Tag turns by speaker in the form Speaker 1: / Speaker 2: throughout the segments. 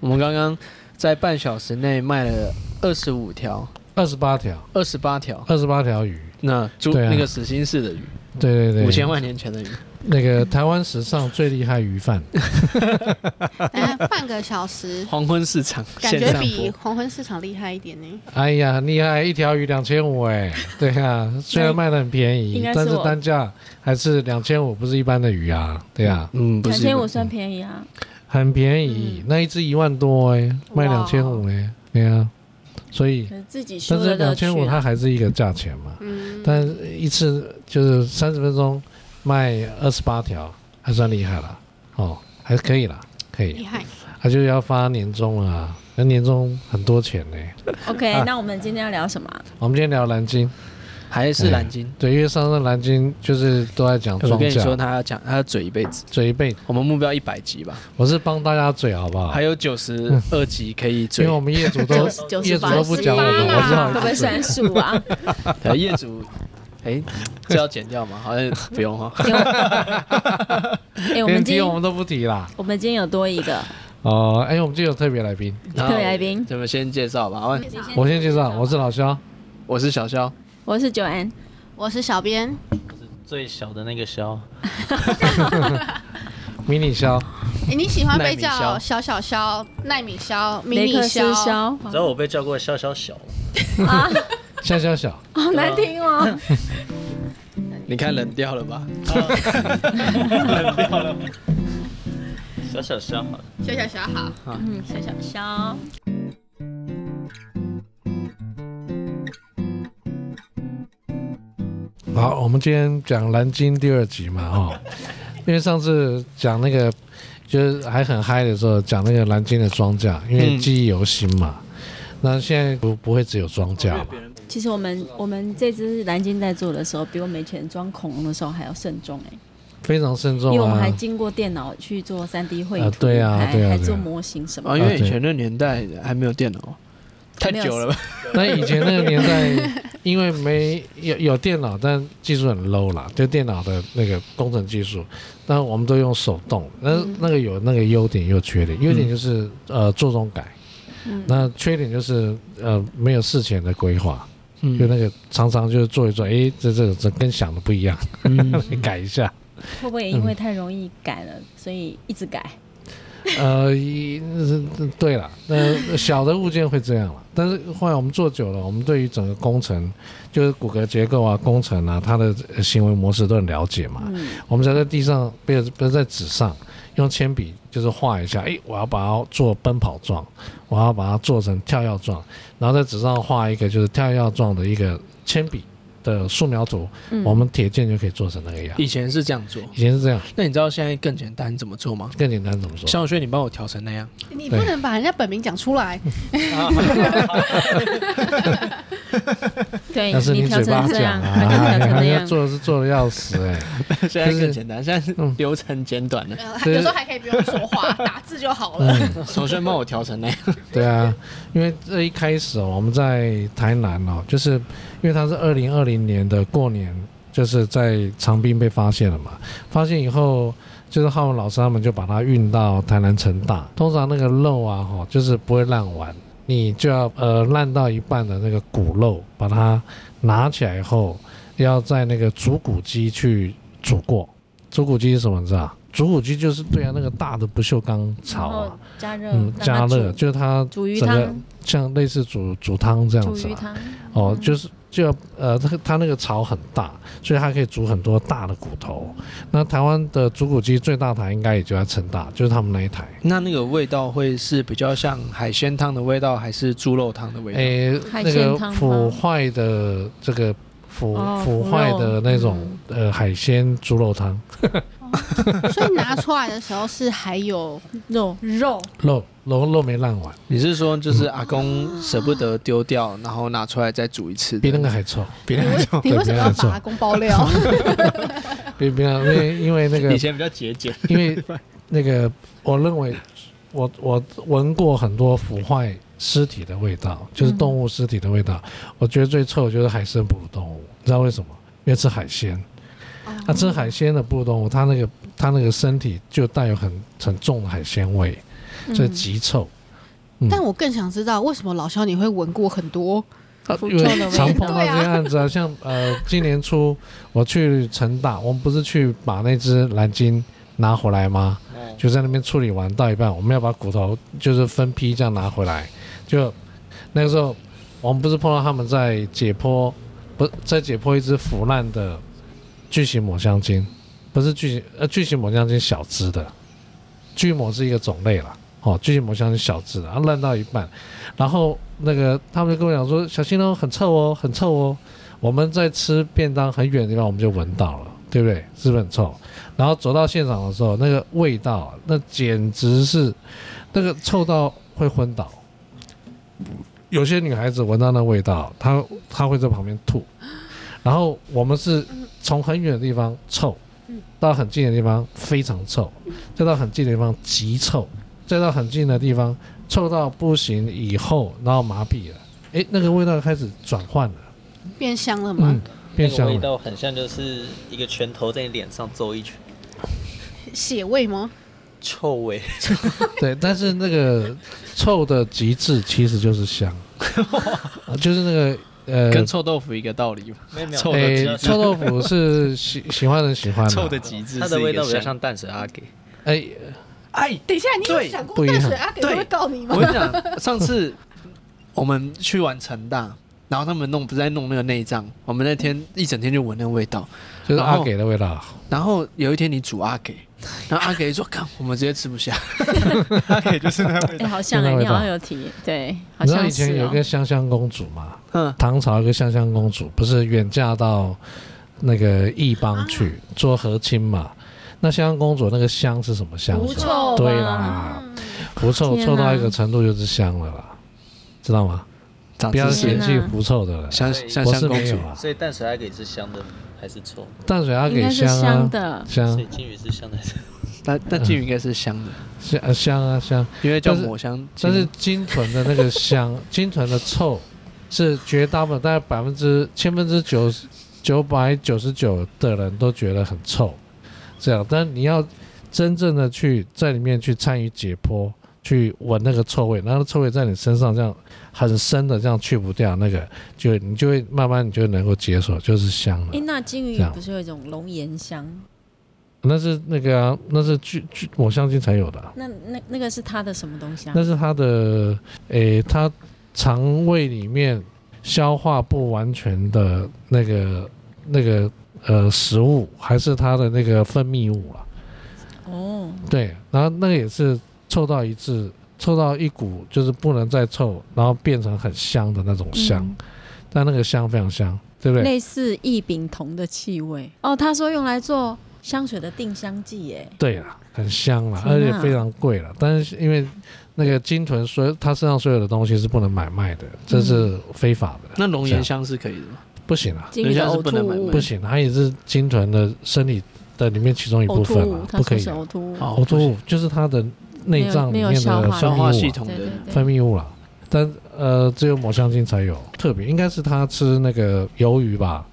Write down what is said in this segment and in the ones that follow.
Speaker 1: 我们刚刚在半小时内卖了二十五条、
Speaker 2: 二十八条，
Speaker 1: 二十八条，
Speaker 2: 二十八条鱼，
Speaker 1: 那猪、
Speaker 2: 对啊
Speaker 1: 那个死心式的鱼，
Speaker 2: 对对对，
Speaker 1: 五千万年前的鱼，
Speaker 2: 那个台湾史上最厉害 鱼贩，
Speaker 3: 哎，半个小时，
Speaker 1: 黄昏市场
Speaker 3: 感
Speaker 1: 线
Speaker 3: 觉
Speaker 1: 上
Speaker 3: 比
Speaker 1: 播，
Speaker 3: 黄昏市场厉害一点呢。
Speaker 2: 哎呀，很厉害，一条鱼两千五哎，对啊，虽然卖的很便宜
Speaker 4: 应该，是
Speaker 2: 但是
Speaker 4: 我
Speaker 2: 单价还是两千五，不是一般的鱼啊，对啊，
Speaker 1: 嗯，不
Speaker 4: 两
Speaker 1: 是
Speaker 4: 千五算便宜啊，
Speaker 2: 很便宜，那一只一万多哎，卖两
Speaker 4: 嗯哇
Speaker 2: 千五哎，对啊，所以
Speaker 4: 可是自己修
Speaker 2: 但
Speaker 4: 的
Speaker 2: 是
Speaker 4: 乐
Speaker 2: 两
Speaker 4: 趣
Speaker 2: 千五它
Speaker 4: 啊。
Speaker 2: 还是一个价钱嘛，
Speaker 3: 嗯，
Speaker 2: 但一次就是三十分钟卖二十八条，还算厉害了哦，还可以啦，可
Speaker 3: 厉
Speaker 2: 以，
Speaker 3: 害，
Speaker 2: 他就要发年终了啊，那年终很多钱呢。
Speaker 4: OK，、那我
Speaker 2: 啊
Speaker 4: 们今天要聊什么啊？
Speaker 2: 我们今天聊南京，
Speaker 1: 还是南京。
Speaker 2: 对，因为上次南京就是都在讲
Speaker 1: 我
Speaker 2: 庄
Speaker 1: 跟你说，
Speaker 2: 稼，
Speaker 1: 他要讲，他要嘴一辈子。
Speaker 2: 嘴一辈子，
Speaker 1: 我们目标一百集吧，
Speaker 2: 我是帮大家嘴好不好
Speaker 1: 还？有九十二集可以
Speaker 2: 因
Speaker 1: 嘴
Speaker 2: 为。 我们业主都
Speaker 4: 九
Speaker 2: 业
Speaker 4: 十
Speaker 2: 主
Speaker 4: 八
Speaker 2: 都不讲我们，
Speaker 3: 98
Speaker 2: 我只
Speaker 3: 啦
Speaker 2: 好
Speaker 4: 会不会算数啊？
Speaker 1: 呃业主，哎，这要剪掉吗？好像不用 哈。
Speaker 4: 因为哎，
Speaker 2: 连
Speaker 4: 我们今
Speaker 2: 提我
Speaker 4: 天
Speaker 2: 们都不提啦。
Speaker 4: 我们今天有多一个
Speaker 2: 哦，哎，我们今天有特别来宾，
Speaker 1: 特
Speaker 4: 特别来宾，
Speaker 1: 咱们先介绍吧。我
Speaker 2: 我先介绍，我是老肖，
Speaker 1: 我是小肖，
Speaker 4: 我是九安，
Speaker 3: 我是小编，
Speaker 5: 最小的那个肖，
Speaker 2: 迷你肖，
Speaker 3: 哎，你喜欢
Speaker 1: 奈
Speaker 3: 被
Speaker 1: 米肖
Speaker 3: 叫小小肖、奈米肖、迷
Speaker 4: 雷
Speaker 3: 你
Speaker 4: 克斯
Speaker 3: 肖？
Speaker 4: 肖，
Speaker 5: 你知道我被叫过肖肖小 吗？
Speaker 4: 啊，
Speaker 2: 笑笑小，
Speaker 4: 好难 听哦。
Speaker 1: 你看冷掉了吧？
Speaker 2: 嗯
Speaker 5: 小小肖
Speaker 1: 啊
Speaker 5: 好了，
Speaker 3: 小小肖好，
Speaker 4: 嗯，小小肖，
Speaker 2: 好，我们今天讲南京第二集嘛，哦，因为上次讲那个就是还很嗨的时候，讲那个南京的庄稼，因为
Speaker 1: 嗯
Speaker 2: 记忆犹新嘛。那现在不不会只有庄稼嘛？
Speaker 4: 其实我们我们这支蓝鲸在做的时候，比我们以前装恐龙的时候还要慎重哎、
Speaker 2: 非常慎重啊。
Speaker 4: 因为我们还经过电脑去做三 D 绘
Speaker 2: 啊
Speaker 4: 图，
Speaker 2: 对啊
Speaker 4: 还
Speaker 2: 对啊
Speaker 4: 还
Speaker 2: 对啊
Speaker 4: 做模型什么
Speaker 1: 啊，
Speaker 4: 的。
Speaker 1: 因为
Speaker 2: 啊对
Speaker 1: 以前那年代还没有电脑，太久了吧？
Speaker 2: 那以前那个年代， 因为没有有电脑，但技术很 low 啦，就电脑的那个工程技术，那我们都用手动。那
Speaker 4: 嗯
Speaker 2: 那个有那个优点，也有缺点。优点就是、呃做中改，
Speaker 4: 嗯
Speaker 2: 那缺点就是呃没有事前的规划，就
Speaker 1: 嗯
Speaker 2: 那个常常就是做一做，诶，这这这跟想的不一样，
Speaker 1: 嗯，
Speaker 2: 改一下。
Speaker 4: 会不会因为太容易改了，所以一直改？
Speaker 2: 呃，一呃对了，那小的物件会这样了，但是后来我们做久了，我们对于整个工程，就是骨骼结构啊、工程啊，它的呃行为模式都很了解嘛。
Speaker 4: 嗯，
Speaker 2: 我们只要在地上，不要不要在纸上用铅笔就是画一下，诶，我要把它做奔跑状，我要把它做成跳跃状，然后在纸上画一个就是跳跃状的一个铅笔的素描图，
Speaker 4: 嗯
Speaker 2: 我们铁剑就可以做成那个样。
Speaker 1: 以前是这 样做。
Speaker 2: 以前是这样，
Speaker 1: 那你知道现在更简单怎么做吗？
Speaker 2: 更简单怎么说？
Speaker 1: 肖永轩，你帮我调成那样。
Speaker 3: 你
Speaker 2: 对
Speaker 3: 不能把人家本名讲出来。
Speaker 4: 对
Speaker 2: 但是
Speaker 4: 你调
Speaker 2: 嘴巴
Speaker 4: 成这
Speaker 2: 讲
Speaker 4: 样，
Speaker 2: 啊，
Speaker 4: 他就调成那
Speaker 2: 人家
Speaker 4: 样。
Speaker 2: 做的是做的要死哎、
Speaker 1: 现在更简单，现在是嗯流程简短 的。
Speaker 3: 呃
Speaker 2: 对
Speaker 3: 有时候还可以不用说 话，打字就好了。
Speaker 2: 嗯，
Speaker 1: 首先帮我调成那样。
Speaker 2: 对啊，因为这一开始哦，我们在台南哦，就是因为它是二零二零年的过年，就是在长滨被发现了嘛，发现以后。就是浩文老师他们就把它运到台南城大，通常那个肉啊，哈，就是不会烂完，你就要呃烂到一半的那个骨肉，把它拿起来以后，要在那个煮骨机去煮过。煮骨机是什么？你知道？煮骨机就是对啊，那个大的不锈钢
Speaker 4: 然
Speaker 2: 槽啊
Speaker 4: 后，加热，
Speaker 2: 嗯，加
Speaker 4: 让它
Speaker 2: 热
Speaker 4: 煮
Speaker 2: 就是它
Speaker 4: 煮鱼
Speaker 2: 整个
Speaker 4: 汤，
Speaker 2: 像类似煮煮汤这样
Speaker 4: 煮
Speaker 2: 子、
Speaker 4: 鱼
Speaker 2: 啊。
Speaker 4: 汤。嗯
Speaker 2: 哦，就是就要呃，它它那个槽很大，所以它可以煮很多大的骨头。那台湾的煮骨机最大台应该也就在成大，就是他们那一台。
Speaker 1: 那那个味道会是比较像海鲜汤的味道，还是猪肉汤的味道？
Speaker 2: 诶、
Speaker 4: 海
Speaker 2: 那
Speaker 4: 鲜
Speaker 2: 个
Speaker 4: 汤
Speaker 2: 腐
Speaker 4: 吗
Speaker 2: 坏的这个腐
Speaker 4: 哦
Speaker 2: 腐
Speaker 4: 腐
Speaker 2: 坏
Speaker 4: 肉嗯
Speaker 2: 的那种、呃海鲜猪肉汤嗯
Speaker 3: 所以拿出来的时候是还有
Speaker 4: 肉 嗯肉，
Speaker 2: 肉肉肉没烂完，
Speaker 1: 你是说就是阿公舍不得丢掉，然后拿出来再煮一次的？
Speaker 2: 比那个还臭，
Speaker 1: 比那个还重
Speaker 3: 你为什么要
Speaker 2: 没错
Speaker 3: 把它公爆料？
Speaker 2: 比比那因为因为那个
Speaker 1: 以前比较节俭。
Speaker 2: 因为那个，我认为我我闻过很多腐坏尸体的味道，就是动物尸体的味道。我觉得最臭的就是海生哺乳动物，你知道为什么？因为吃海鲜。那、
Speaker 3: 哦
Speaker 2: 吃海鲜的哺乳动物，它那
Speaker 3: 嗯
Speaker 2: 个它那个身体就带有很很重的海鲜味，所以极臭。嗯
Speaker 3: 但我更想知道为什么老肖你会闻过很多？
Speaker 2: 啊
Speaker 4: 腐
Speaker 2: 因
Speaker 4: 臭的味
Speaker 2: 为
Speaker 4: 道
Speaker 2: 常碰到
Speaker 3: 对
Speaker 2: 这
Speaker 3: 啊
Speaker 2: 些案子啊，像呃，今年初我去成大，我们不是去把那只蓝鲸拿回来吗？就在那边处理完到一半，我们要把骨头就是分批这样拿回来，就那个时候我们不是碰到他们在解剖，不在解剖一只腐烂的巨型抹香鲸，不是巨型呃巨型抹香鲸小只的，巨抹是一个种类啦，哦，巨型抹香鲸小只的，然后啊烂到一半，然后那个他们就跟我讲说小心哦，很臭哦，很臭哦，我们在吃便当很远的地方我们就闻到了，对不对？是不是很臭？然后走到现场的时候，那个味道那简直是那个臭到会昏倒。有些女孩子闻到那味道，她她会在旁边吐。然后我们是从很远的地方臭，到很近的地方非常臭，再到很近的地方极臭，再到很近的地方臭到不行以后，然后麻痹了，诶，那个味道开始转换了，
Speaker 3: 变香了吗？
Speaker 2: 嗯，变
Speaker 1: 那个
Speaker 2: 香
Speaker 1: 味
Speaker 2: 了。
Speaker 1: 道很像就是一个拳头在你脸上揍一拳，
Speaker 3: 血味吗？
Speaker 1: 臭味。
Speaker 2: 对，但是那个臭的极致其实就是香， 啊就是那个呃，
Speaker 6: 跟臭豆腐一个道理嘛，
Speaker 1: 没有哎没有
Speaker 6: 臭的
Speaker 2: 诶
Speaker 6: 极致
Speaker 2: 臭豆腐是喜喜欢人喜欢
Speaker 6: 臭的
Speaker 2: 的，
Speaker 6: 极致。
Speaker 1: 它的味道比较， 像淡水阿给。
Speaker 2: 哎，
Speaker 6: 哎，
Speaker 3: 等一下，你有
Speaker 6: 对
Speaker 3: 想过
Speaker 2: 不一
Speaker 3: 淡
Speaker 2: 样
Speaker 3: 水阿给
Speaker 6: 对
Speaker 3: 会告你
Speaker 6: 我
Speaker 3: 吗？
Speaker 6: 跟你 讲，上次我们去玩成大，然后他们弄不是在弄那个内脏，我们那天一整天就闻那味道。
Speaker 2: 就是
Speaker 6: 然后
Speaker 2: 阿给的味道。
Speaker 6: 然后有一天你煮阿给，然后阿给说：“看，我们直接吃不下。”阿给就是那味
Speaker 4: 哎、。好像哎、
Speaker 2: 真的味
Speaker 4: 你
Speaker 2: 道
Speaker 4: 好像有提，对，好
Speaker 2: 你知道
Speaker 4: 像
Speaker 2: 以前
Speaker 4: 是、
Speaker 2: 有
Speaker 4: 哦
Speaker 2: 一。个香香公主嘛，
Speaker 6: 嗯，
Speaker 2: 唐朝有一个香香公主，不是远嫁到那个异邦去做和亲嘛？那香香公主那个香是什么香？
Speaker 3: 狐
Speaker 2: 是吧
Speaker 3: 臭吧
Speaker 2: 对啦，
Speaker 3: 嗯
Speaker 2: 狐臭
Speaker 4: 天
Speaker 2: 臭到一
Speaker 4: 哪
Speaker 2: 个程度就是香了啦，知道吗？
Speaker 6: 长
Speaker 2: 不要
Speaker 6: 知识
Speaker 2: 嫌
Speaker 4: 天
Speaker 2: 弃
Speaker 4: 哪
Speaker 2: 狐臭的人，
Speaker 6: 香
Speaker 1: 对
Speaker 6: 香
Speaker 2: 我
Speaker 6: 香
Speaker 2: 是
Speaker 6: 公
Speaker 2: 没有
Speaker 6: 主，啊
Speaker 2: 啦。
Speaker 1: 所以淡水阿给是香的还是臭？
Speaker 2: 淡水阿
Speaker 4: 应
Speaker 2: 给
Speaker 4: 该是
Speaker 2: 啊
Speaker 4: 香，的，
Speaker 1: 所以
Speaker 2: 香
Speaker 1: 金鱼是香的还是。
Speaker 6: 但但金鱼应该是香的，
Speaker 2: 香呃香啊香，
Speaker 6: 因为叫
Speaker 2: 但是
Speaker 6: 抹香鲸。
Speaker 2: 但是金豚的那个香，金豚的臭是绝大部分大概百分之千分之九十九百九十九的人都觉得很臭，这样，但你要真正的去在里面去参与解剖，去闻那个臭味，然后臭味在你身上这样很深的这样去不掉，那个就你就会慢慢你就能够解锁，就是香了
Speaker 4: 哎、。那金鱼
Speaker 2: 这样
Speaker 4: 不是有一种龙涎香？
Speaker 2: 那是那个啊，那是巨巨抹香鲸才有的啊、
Speaker 4: 那那那个是它的什么东西啊？
Speaker 2: 那是它的，诶、它肠胃里面消化不完全的那个那个呃食物，还是它的那个分泌物啦。
Speaker 4: 哦，
Speaker 2: 对，然后那个也是臭到一致，臭到一股就是不能再臭，然后变成很香的那种香，
Speaker 4: 嗯
Speaker 2: 但那个香非常香，对不对？
Speaker 4: 类似异丙酮的气味。哦，他说用来做香水的定香剂，耶。
Speaker 2: 对啦，很香啦，
Speaker 4: 天
Speaker 2: 而且
Speaker 4: 哪
Speaker 2: 非常贵了。但是因为那个金豚，所以它身上所有的东西是不能买卖的，这是非法的，
Speaker 6: 那龙涎香是可以的吗？
Speaker 2: 不行啊。
Speaker 4: 金鱼的
Speaker 6: 人家是
Speaker 4: 呕
Speaker 6: 不
Speaker 4: 吐
Speaker 6: 能买
Speaker 4: 物，
Speaker 6: 卖
Speaker 2: 不行，它也是鲸豚的身体的里面其中一部
Speaker 4: 呕
Speaker 2: 分
Speaker 4: 吐
Speaker 2: 啊
Speaker 4: 物，，他
Speaker 2: 不可
Speaker 4: 说
Speaker 2: 以
Speaker 4: 是
Speaker 2: 啊。
Speaker 4: 呕吐物。
Speaker 6: 哦
Speaker 2: 呕吐物就是它的内脏里面的
Speaker 4: 没有没有消化
Speaker 2: 分
Speaker 6: 消化系
Speaker 2: 泌物啊、
Speaker 6: 统
Speaker 4: 对
Speaker 6: 的
Speaker 4: 对对，
Speaker 2: 分泌物啦。但呃，只有抹香鲸才有特别，应该是它吃那个鱿鱼吧？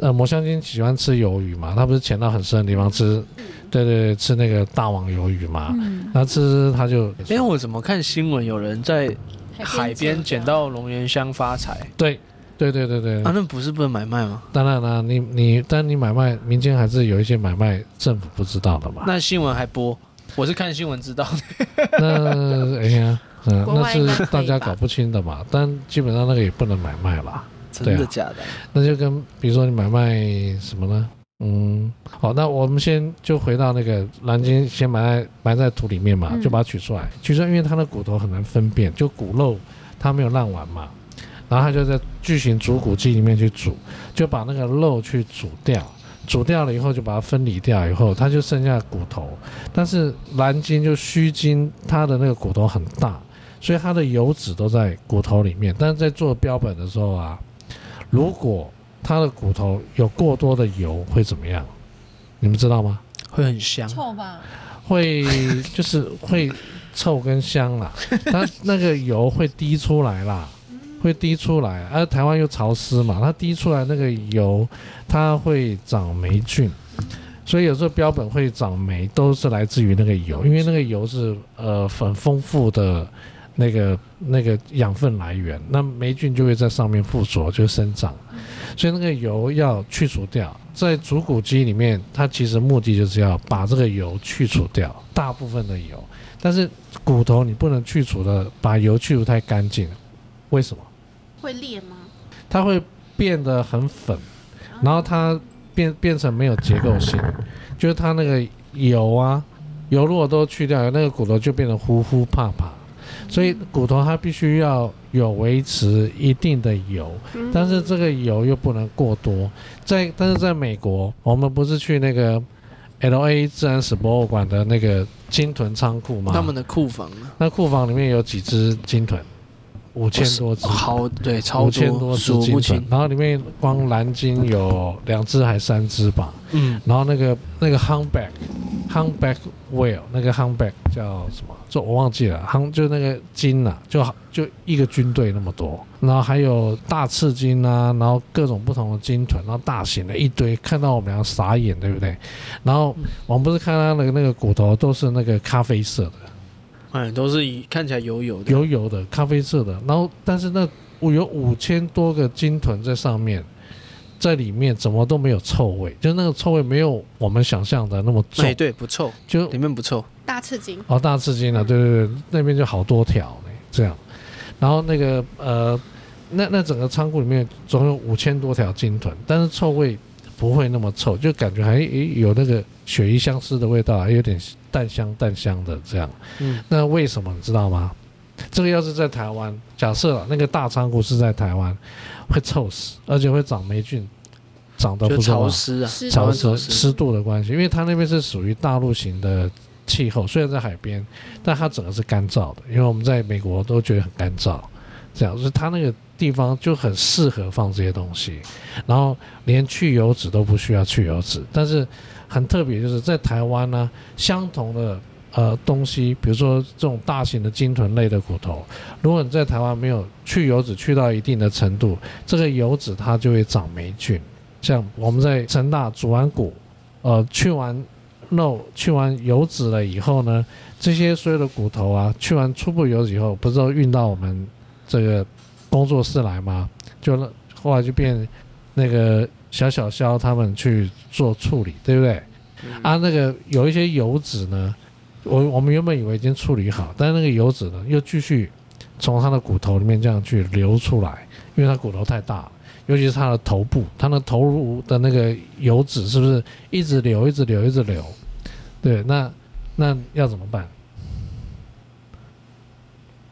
Speaker 2: 呃，抹香鲸喜欢吃鱿鱼嘛，它不是潜到很深的地方吃，对对对，吃那个大王鱿鱼嘛。
Speaker 4: 嗯，
Speaker 2: 然后吃它就
Speaker 6: 因为哎我怎么看新闻，有人在海边捡
Speaker 4: 捡，
Speaker 6: 到龙涎香发财
Speaker 2: 对对对对对，
Speaker 6: 啊，那不是不能买卖吗？
Speaker 2: 当然啦，你你但你买卖民间还是有一些买卖政府不知道的嘛。
Speaker 6: 那新闻还播，我是看新闻知道的。
Speaker 2: 那哎呀，嗯，
Speaker 4: 国
Speaker 2: 那
Speaker 4: 外应该可以
Speaker 2: 是
Speaker 4: 吧
Speaker 2: 大家搞不清的嘛。但基本上那个也不能买卖啦。
Speaker 6: 真
Speaker 2: 对
Speaker 6: 的
Speaker 2: 啊
Speaker 6: 假的？
Speaker 2: 那就跟比如说你买卖什么呢？嗯，好，那我们先就回到那个蓝鲸，先埋在埋在土里面嘛，
Speaker 4: 嗯
Speaker 2: 就把它取出来。取出来，因为它的骨头很难分辨，就骨肉它没有烂完嘛，然后它就在巨型煮骨机里面去煮，就把那个肉去煮掉。煮掉了以后，就把它分离掉以后，它就剩下骨头。但是蓝鲸就须鲸，它的那个骨头很大，所以它的油脂都在骨头里面。但是在做标本的时候啊，如果它的骨头有过多的油，会怎么样？你们知道吗？
Speaker 6: 会很香，
Speaker 4: 臭吧？
Speaker 2: 会 就是会臭跟香啦，它那个油会滴出来啦，会滴出来。而、台湾又潮湿嘛，它滴出来那个油，它会长霉菌，所以有时候标本会长霉，都是来自于那个油，因为那个油是呃很丰富的那个那个养分来源，那霉菌就会在上面附着，就生长。所以那个油要去除掉，在煮骨鸡里面，它其实目的就是要把这个油去除掉，大部分的油。但是骨头你不能去除的，把油去除太干净，为什么？
Speaker 3: 会裂吗？
Speaker 2: 它会变得很粉，然后它变变成没有结构性，就是它那个油啊，油如果都去掉，那个骨头就变得糊糊怕怕。所以骨头它必须要有维持一定的油，
Speaker 3: 嗯
Speaker 2: 但是这个油又不能过多。在但是在美国，我们不是去那个 L A 自然史博物馆的那个鲸豚仓库吗？
Speaker 6: 他们的库房啊
Speaker 2: 那库房里面有几只鲸豚？五千多只，
Speaker 6: 好对，超
Speaker 2: 五千多只
Speaker 6: 数
Speaker 2: 鲸
Speaker 6: 不
Speaker 2: 豚
Speaker 6: 清，。
Speaker 2: 然后里面光蓝鲸有两只还三只吧，
Speaker 6: 嗯，
Speaker 2: 然后那个那个 humpback humpback whale 那个 humpback 叫什么？这我忘记了，hun 就那个鲸啊，就好就一个军队那么多，然后还有大赤鲸啊，然后各种不同的鲸豚，然后大型的一堆，看到我们俩傻眼，对不对？然后我们不是看它那个那个骨头都是那个咖啡色的。
Speaker 6: 哎，都是以看起来油油的，
Speaker 2: 油油的咖啡色的，然后但是那我有五千多个鲸豚在上面，在里面怎么都没有臭味，就那个臭味没有我们想象的那么重，
Speaker 6: 哎，对，不臭，
Speaker 2: 就
Speaker 6: 里面不臭，
Speaker 3: 大赤金，
Speaker 2: 哦大吃惊了，对对对，那边就好多条呢，这样，然后那个呃，那那整个仓库里面总有五千多条鲸豚，但是臭味不会那么臭，就感觉还诶有那个血衣相思的味道，还有点淡香淡香的这样。
Speaker 6: 嗯，
Speaker 2: 那为什么你知道吗？这个要是在台湾，假设啊那个大仓库是在台湾，会臭死，而且会长霉菌，长得
Speaker 6: 就
Speaker 2: 不错
Speaker 6: 潮
Speaker 2: 嘛，
Speaker 6: 湿啊，
Speaker 3: 湿
Speaker 6: 潮
Speaker 2: 潮
Speaker 6: 湿
Speaker 2: 湿湿度的关系，因为它那边是属于大陆型的气候，虽然在海边，但它整个是干燥的，因为我们在美国都觉得很干燥，这样，所以它那个地方就很适合放这些东西，然后连去油脂都不需要去油脂，但是很特别就是在台湾呢、相同的。呃，东西，比如说这种大型的鲸豚类的骨头，如果你在台湾没有去油脂去到一定的程度，这个油脂它就会长霉菌。像我们在成大煮完骨，呃，去完肉、去完油脂了以后呢，这些所有的骨头啊，去完初步油脂以后，不是都运到我们这个工作室来吗？就那后来就变那个小小肖他们去做处理，对不对？啊，那个有一些油脂呢，我我们原本以为已经处理好，但是那个油脂呢又继续从它的骨头里面这样去流出来，因为它骨头太大了，尤其是它的头部，它的头颅的那个油脂是不是一直流，一直流，一直流？对，那那要怎么办？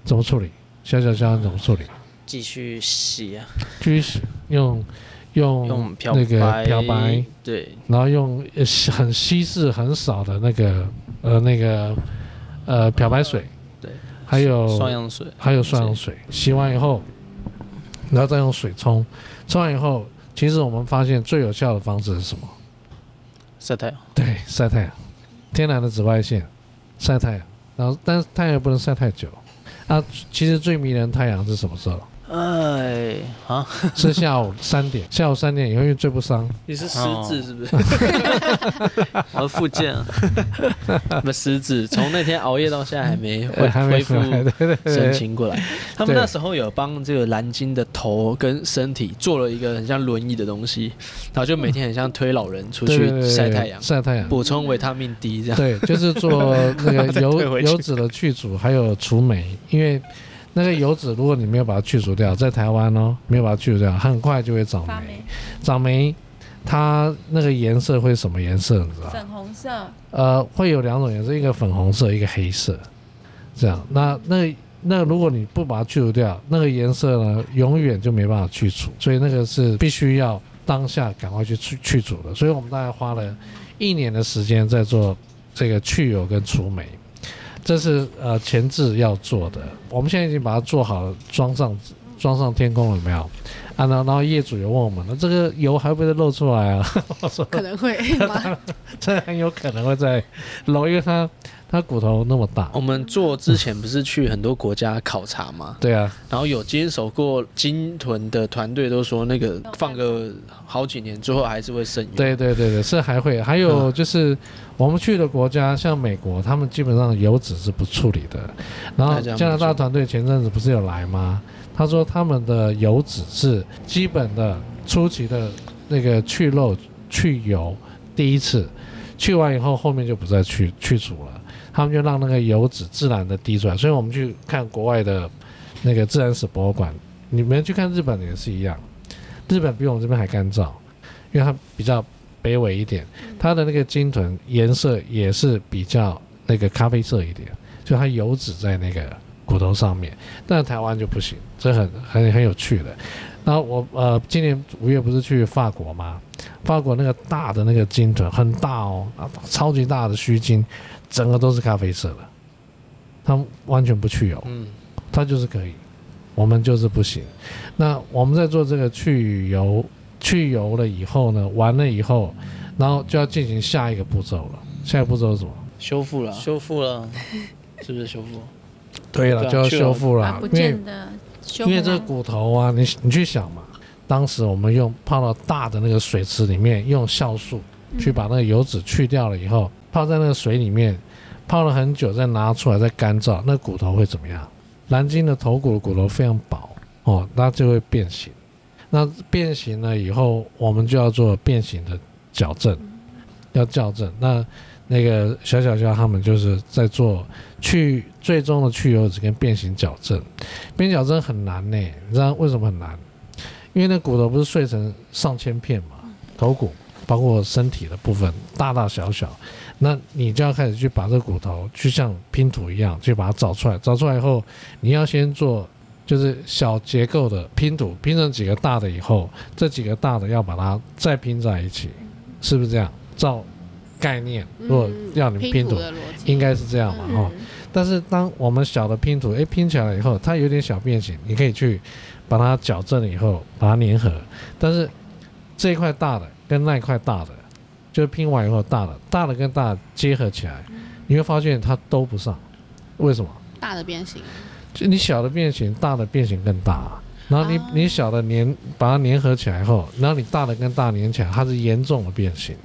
Speaker 2: 怎么处理？小小肖你怎么处理？
Speaker 1: 继续洗啊，
Speaker 2: 继续用用
Speaker 1: 用漂
Speaker 2: 嗯那个
Speaker 1: 白，
Speaker 2: 漂白，
Speaker 1: 对，
Speaker 2: 然后用呃稀很稀释很少的那个呃那个呃漂白水，
Speaker 1: 对，
Speaker 2: 还有
Speaker 1: 双氧水，
Speaker 2: 还有涮用水，洗完以后，然后再用水冲，冲完以后，其实我们发现最有效的方式是什么？
Speaker 1: 晒太阳，
Speaker 2: 对，晒太阳，天然的紫外线，晒太阳，然后但是太阳也不能晒太久。啊，其实最迷人的太阳是什么时 候？
Speaker 1: 哎，啊，
Speaker 2: 是下午三点，下午三点以后因为最不伤，
Speaker 6: 你是狮
Speaker 1: 哦
Speaker 6: 子是 不是？
Speaker 1: 我的附件啊，那狮子从那天熬夜到现在还没恢
Speaker 2: 哎还没
Speaker 1: 恢复
Speaker 2: 回来对对对
Speaker 6: 神
Speaker 2: 对，
Speaker 6: 情过来，他们
Speaker 2: 对
Speaker 6: 那时候有帮这个蓝鲸的头跟身体做了一个很像轮椅的东西，然后就每天很像推老人出
Speaker 2: 对对
Speaker 6: 去
Speaker 2: 对
Speaker 6: 晒太阳，
Speaker 2: 晒太阳。
Speaker 6: 补充维他命 D 这样。
Speaker 2: 对，就是做那 个
Speaker 6: 退
Speaker 2: 油
Speaker 6: 回去
Speaker 2: 油脂的去除，还有除霉，因为那个油脂如果你没有把它去除掉，在台湾哦，没有把它去除掉，它很快就会长
Speaker 4: 发
Speaker 2: 霉
Speaker 4: 霉。，
Speaker 2: 长霉，它那个颜色会什么颜色？你知道？
Speaker 4: 粉红色，
Speaker 2: 呃，会有两种颜色，一个粉红色，一个黑色，这样。那那那如果你不把它去除掉，那个颜色呢，永远就没办法去除，所以那个是必须要当下赶快去去去除的。所以我们大概花了一年的时间在做这个去油跟除霉，这是呃前置要做的。我们现在已经把它做好了，装上装上天空了有没有？啊，然后然后业主也问我们，那这个油还会不会漏出来啊？我说
Speaker 3: 可能会吗
Speaker 2: 这很有可能会在漏，因为它它骨头那么大。
Speaker 1: 我们做之前不是去很多国家考察吗？
Speaker 2: 对啊，
Speaker 1: 然后有坚守过鲸豚的团队都说，那个放个好几年之后还是会剩余。
Speaker 2: 对对对对，是还会还有就是我们去的国家，像美国，他们基本上油脂是不处理的。然后
Speaker 1: 那这样不错
Speaker 2: 加拿大团队前阵子不是有来吗？他说他们的油脂是基本的初期的那个去肉去油第一次，去完以后后面就不再去去除了，他们就让那个油脂自然的滴出来。所以我们去看国外的那个自然史博物馆，你们去看日本的也是一样，日本比我们这边还干燥，因为它比较北纬一点，它的那个鲸豚颜色也是比较那个咖啡色一点，就它油脂在那个骨头上面。但台湾就不行，这很很很有趣的。然后我呃，今年五月不是去法国吗？法国那个大的那个鲸豚很大哦，啊，超级大的须鲸，整个都是咖啡色的，它们完全不去油。
Speaker 1: 嗯，
Speaker 2: 它就是可以，我们就是不行。那我们在做这个去油去油了以后呢，完了以后，然后就要进行下一个步骤了。下一个步骤是什么？
Speaker 1: 修复了，修复了，
Speaker 2: 嗯
Speaker 1: 是不是修复？
Speaker 2: 对了，
Speaker 1: 对啊
Speaker 2: 就要
Speaker 1: 去
Speaker 2: 修
Speaker 1: 油
Speaker 2: 复了，
Speaker 3: 啊，不
Speaker 2: 因为
Speaker 3: 见得修
Speaker 2: 因为
Speaker 3: 不
Speaker 2: 这个
Speaker 3: 来
Speaker 2: 骨头啊，你你去想嘛，当时我们用泡到大的那个水池里面，用酵素
Speaker 4: 嗯
Speaker 2: 去把那个油脂去掉了以后，泡在那个水里面，泡了很久，再拿出来再干燥，那骨头会怎么样？蓝鲸的头骨的骨头非常薄哦，那就会变形。那变形了以后，我们就要做变形的矫正，要校正。那那个小小小他们就是在做去最终的去油脂跟变形矫正。边角真很难呢、你知道为什么很难？因为那骨头不是碎成上千片嘛，头骨包括身体的部分，大大小小，那你就要开始去把这骨头去像拼图一样去把它找出来，找出来以后，你要先做就是小结构的拼图，拼成几个大的以后，这几个大的要把它再拼在一起，是不是这样？照概念，如果要你嗯们拼图，
Speaker 3: 嗯的逻辑
Speaker 2: 应该是这样
Speaker 4: 嗯
Speaker 2: 嘛，哦。但是当我们小的拼图，诶拼起来以后，它有点小变形，你可以去把它矫正以后，把它粘合。但是这一块大的跟那一块大的，就是拼完以后大的，大的跟大的结合起来，你会发现它都不上。为什么？
Speaker 3: 大的变形，
Speaker 2: 就你小的变形，大的变形更大、然后你、
Speaker 3: 啊
Speaker 2: 你小的粘把它粘合起来后，然后你大的跟大的粘起来，它是严重的变形。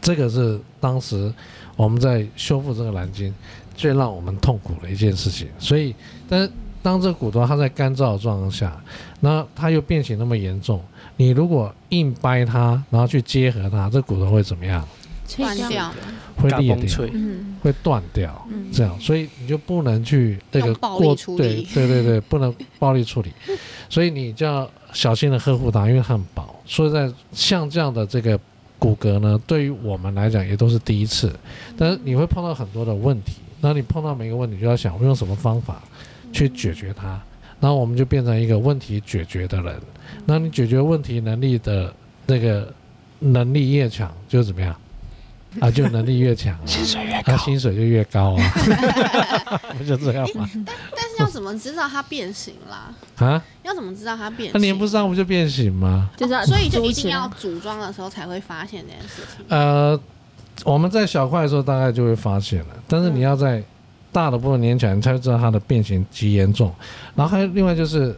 Speaker 2: 这个是当时我们在修复这个蓝鲸最让我们痛苦的一件事情。所以，但是当这骨头它在干燥的状况下，那它又变形那么严重，你如果硬掰它，然后去结合它，这骨头会怎么样？
Speaker 4: 吹
Speaker 3: 断掉了，
Speaker 2: 会
Speaker 1: 嘎
Speaker 2: 裂
Speaker 1: 嘣
Speaker 2: 掉。
Speaker 1: 脆，
Speaker 4: 嗯
Speaker 2: 会断掉，这样，所以你就不能去那个
Speaker 3: 用暴力
Speaker 2: 过
Speaker 3: 处
Speaker 2: 对
Speaker 3: 理
Speaker 2: 对对对，不 能暴力处理，所以你就要小心的呵护它，因为它很薄。所以在像这样的这个骨骼呢，对于我们来讲也都是第一次，但是你会碰到很多的问题，那你碰到每一个问题就要想我用什么方法去解决它，然后我们就变成一个问题解决的人，那你解决问题能力的那个能力越强，就怎么样？啊，就能力越强、啊，薪水越高，薪水就越高啊， 不就这样吗？
Speaker 3: 但是要怎么知道它变形啦？
Speaker 2: 啊，
Speaker 3: 要怎么知道它变
Speaker 2: 那
Speaker 3: 形？哦
Speaker 2: 粘不上不就变形吗？
Speaker 4: 就是要
Speaker 3: 所以就
Speaker 4: 组
Speaker 3: 一
Speaker 4: 起
Speaker 3: 定
Speaker 4: 来
Speaker 3: 要组装的时候才会发现这件事情。
Speaker 2: 呃，我们在小块的时候大概就会发现了，但是你要在大的部分粘起来，你才会知道它的变形极严重。然后还有另外就是，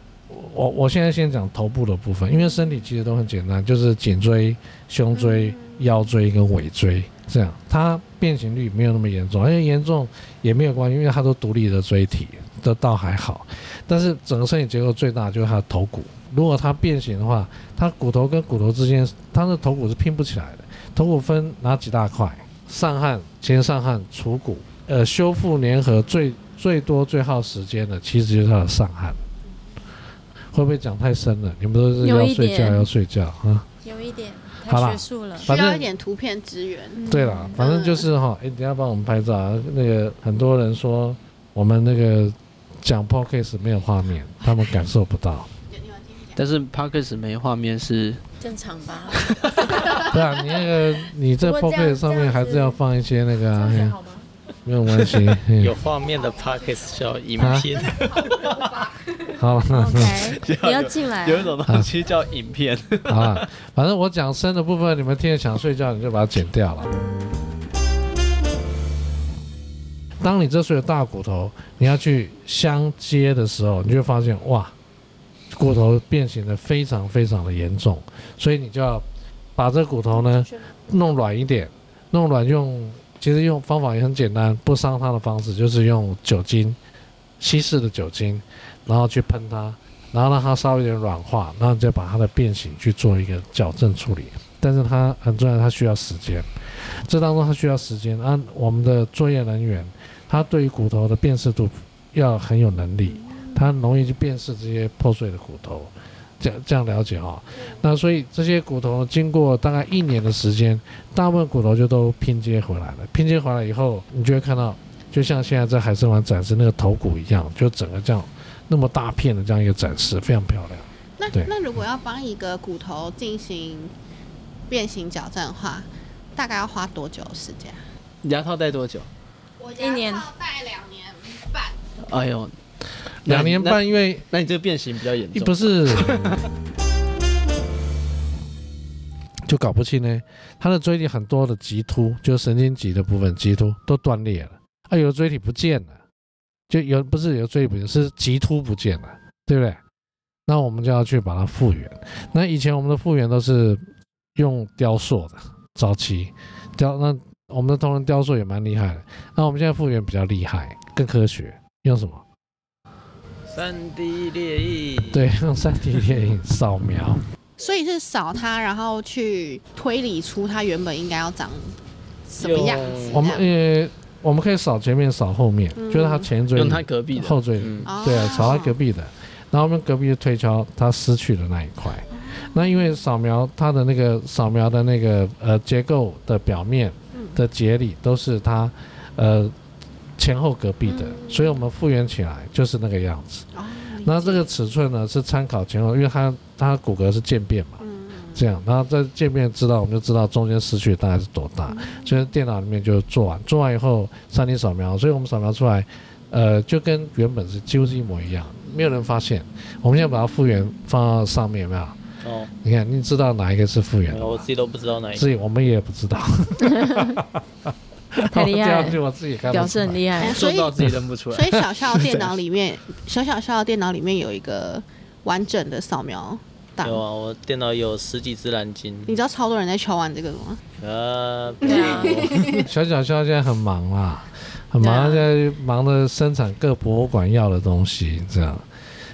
Speaker 2: 我我现在先讲头部的部分，因为身体其实都很简单，就是颈椎、胸椎、腰椎跟尾椎这样，它变形率没有那么严重，而且严重也没有关系，因为它都独立的椎体，这倒还好。但是整个身体结构最大就是它的头骨，如果它变形的话，它骨头跟骨头之间，它的头骨是拼不起来的。头骨分哪几大块？上汗、前上汗、除骨。呃，修复粘合最最多最耗时间的，其实就是它的上汗。会不会讲太深了？你们都是
Speaker 4: 有
Speaker 2: 要
Speaker 4: 一
Speaker 2: 睡觉
Speaker 4: 点
Speaker 2: 要睡觉啊、
Speaker 4: 有一点
Speaker 2: 好啦
Speaker 4: 太学术了，
Speaker 2: 反
Speaker 3: 需
Speaker 2: 正
Speaker 3: 要一点图片支援，
Speaker 2: 对
Speaker 4: 嗯
Speaker 2: 啦，反正就是哈，哎、等一下帮我们拍照啊。那个很多人说我们那个讲 podcast 没有画面，他们感受不到。
Speaker 1: 但是 p a r k e s 没画面是
Speaker 4: 正常吧？
Speaker 2: 对啊，你那个你在
Speaker 4: 不过这样
Speaker 2: podcast 上面还是要放一些那个、啊
Speaker 4: 这，样
Speaker 2: 嘿
Speaker 4: 子好吗？
Speaker 2: 没有关系。嘿
Speaker 5: 有画面的 podcast 叫影片，
Speaker 2: 啊好了。
Speaker 4: 嗯 OK，你要进来啊，
Speaker 1: 有 一种东西叫影片，
Speaker 2: 好了，啊反正我讲深的部分，你们听着想睡觉，你就把它剪掉了。当你这所有大骨头你要去相接的时候，你就会发现哇，骨头变形的非常非常的严重，所以你就要把这骨头呢弄软一点，弄软用其实用方法也很简单，不伤它的方式就是用酒精，稀释的酒精，然后去喷它，然后让它稍微有点软化，然后你再把它的变形去做一个矫正处理。但是呃它很重要，它需要时间，这当中它需要时间。按、我们的作业人员，他对于骨头的辨识度要很有能力，他容易去辨识这些破碎的骨头。这样这样了解哦，那所以这些骨头经过大概一年的时间，大部分骨头就都拼接回来了。拼接回来以后，你就会看到，就像现在在海参馆展示那个头骨一样，就整个这样那么大片的这样一个展示，非常漂亮。
Speaker 3: 那
Speaker 2: 对
Speaker 3: 那如果要帮一个骨头进行变形矫正的话，大概要花多久的时间啊？
Speaker 1: 牙套戴多久？
Speaker 3: 我
Speaker 4: 一年
Speaker 3: 戴两年半，
Speaker 1: 哎呦，那
Speaker 2: 两年，半，因为
Speaker 1: 那那你这个变形比较严重。
Speaker 2: 不是， 就搞不清呢。他的椎体很多的棘突，就是神经棘的部分棘突都断裂了，啊，有的椎体不见了，就有不是有的椎体不见，是棘突不见了，对不对？那我们就要去把它复原。那以前我们的复原都是用雕塑的，早期雕那我们的同仁雕塑也蛮厉害的。那我们现在复原比较厉害，更科学，用什么？
Speaker 5: 三 D 列印，
Speaker 2: 对，用三 D 电影扫描。
Speaker 3: 所以是扫它，然后去推理出它原本应该要长什么样子
Speaker 5: 有
Speaker 3: 这样。
Speaker 2: 我们呃，我们可以扫前面，扫后面，
Speaker 3: 嗯
Speaker 2: 就是他前嘴
Speaker 1: 用他隔壁的
Speaker 2: 后嘴
Speaker 1: 嗯，
Speaker 3: 哦
Speaker 2: 对啊，扫他隔壁的，然后我们隔壁就推敲他失去的那一块。那因为扫描它的那个扫描的那个呃结构的表面
Speaker 3: 嗯
Speaker 2: 的节理都是它呃前后隔壁的
Speaker 3: 嗯，
Speaker 2: 所以我们复原起来就是那个样子。
Speaker 3: 哦理
Speaker 2: 那
Speaker 3: 解
Speaker 2: 这个尺寸呢是参考前后，因为它它骨骼是渐变嘛，
Speaker 3: 嗯
Speaker 2: 这样，然后再见面知道，我们就知道中间失去大概是多
Speaker 4: 嗯
Speaker 2: 大。所以电脑里面就做完，做完以后3 D 扫描，所以我们扫描出来，呃，就跟原本是几乎是一模一样，没有人发现。我们现在把它复原放到上面，有没有？
Speaker 5: 哦，
Speaker 2: 你看，你知道哪一个是复原
Speaker 5: 没
Speaker 2: 的
Speaker 4: 哦
Speaker 5: 有我
Speaker 2: 吗
Speaker 5: 自？己都不知道哪一个。
Speaker 2: 自己我们也不 知道，
Speaker 4: 太厉害
Speaker 2: 我这样
Speaker 4: 了，
Speaker 2: 就我自己看不出来
Speaker 4: 表示很厉害
Speaker 3: 哎。
Speaker 1: 做
Speaker 3: 所以
Speaker 1: 到自己认不出来
Speaker 3: 所。以小校电脑 里面，小小校电脑里面有一个完整的扫描档
Speaker 5: 有。啊，我电脑有十几只蓝鲸。
Speaker 3: 你知道超多人在求玩这个的吗？
Speaker 5: 呃，
Speaker 4: 对啊，
Speaker 2: 小小肖现在很忙啦，很忙，现
Speaker 4: 对
Speaker 2: 在忙着生产各博物馆要的东西，这样。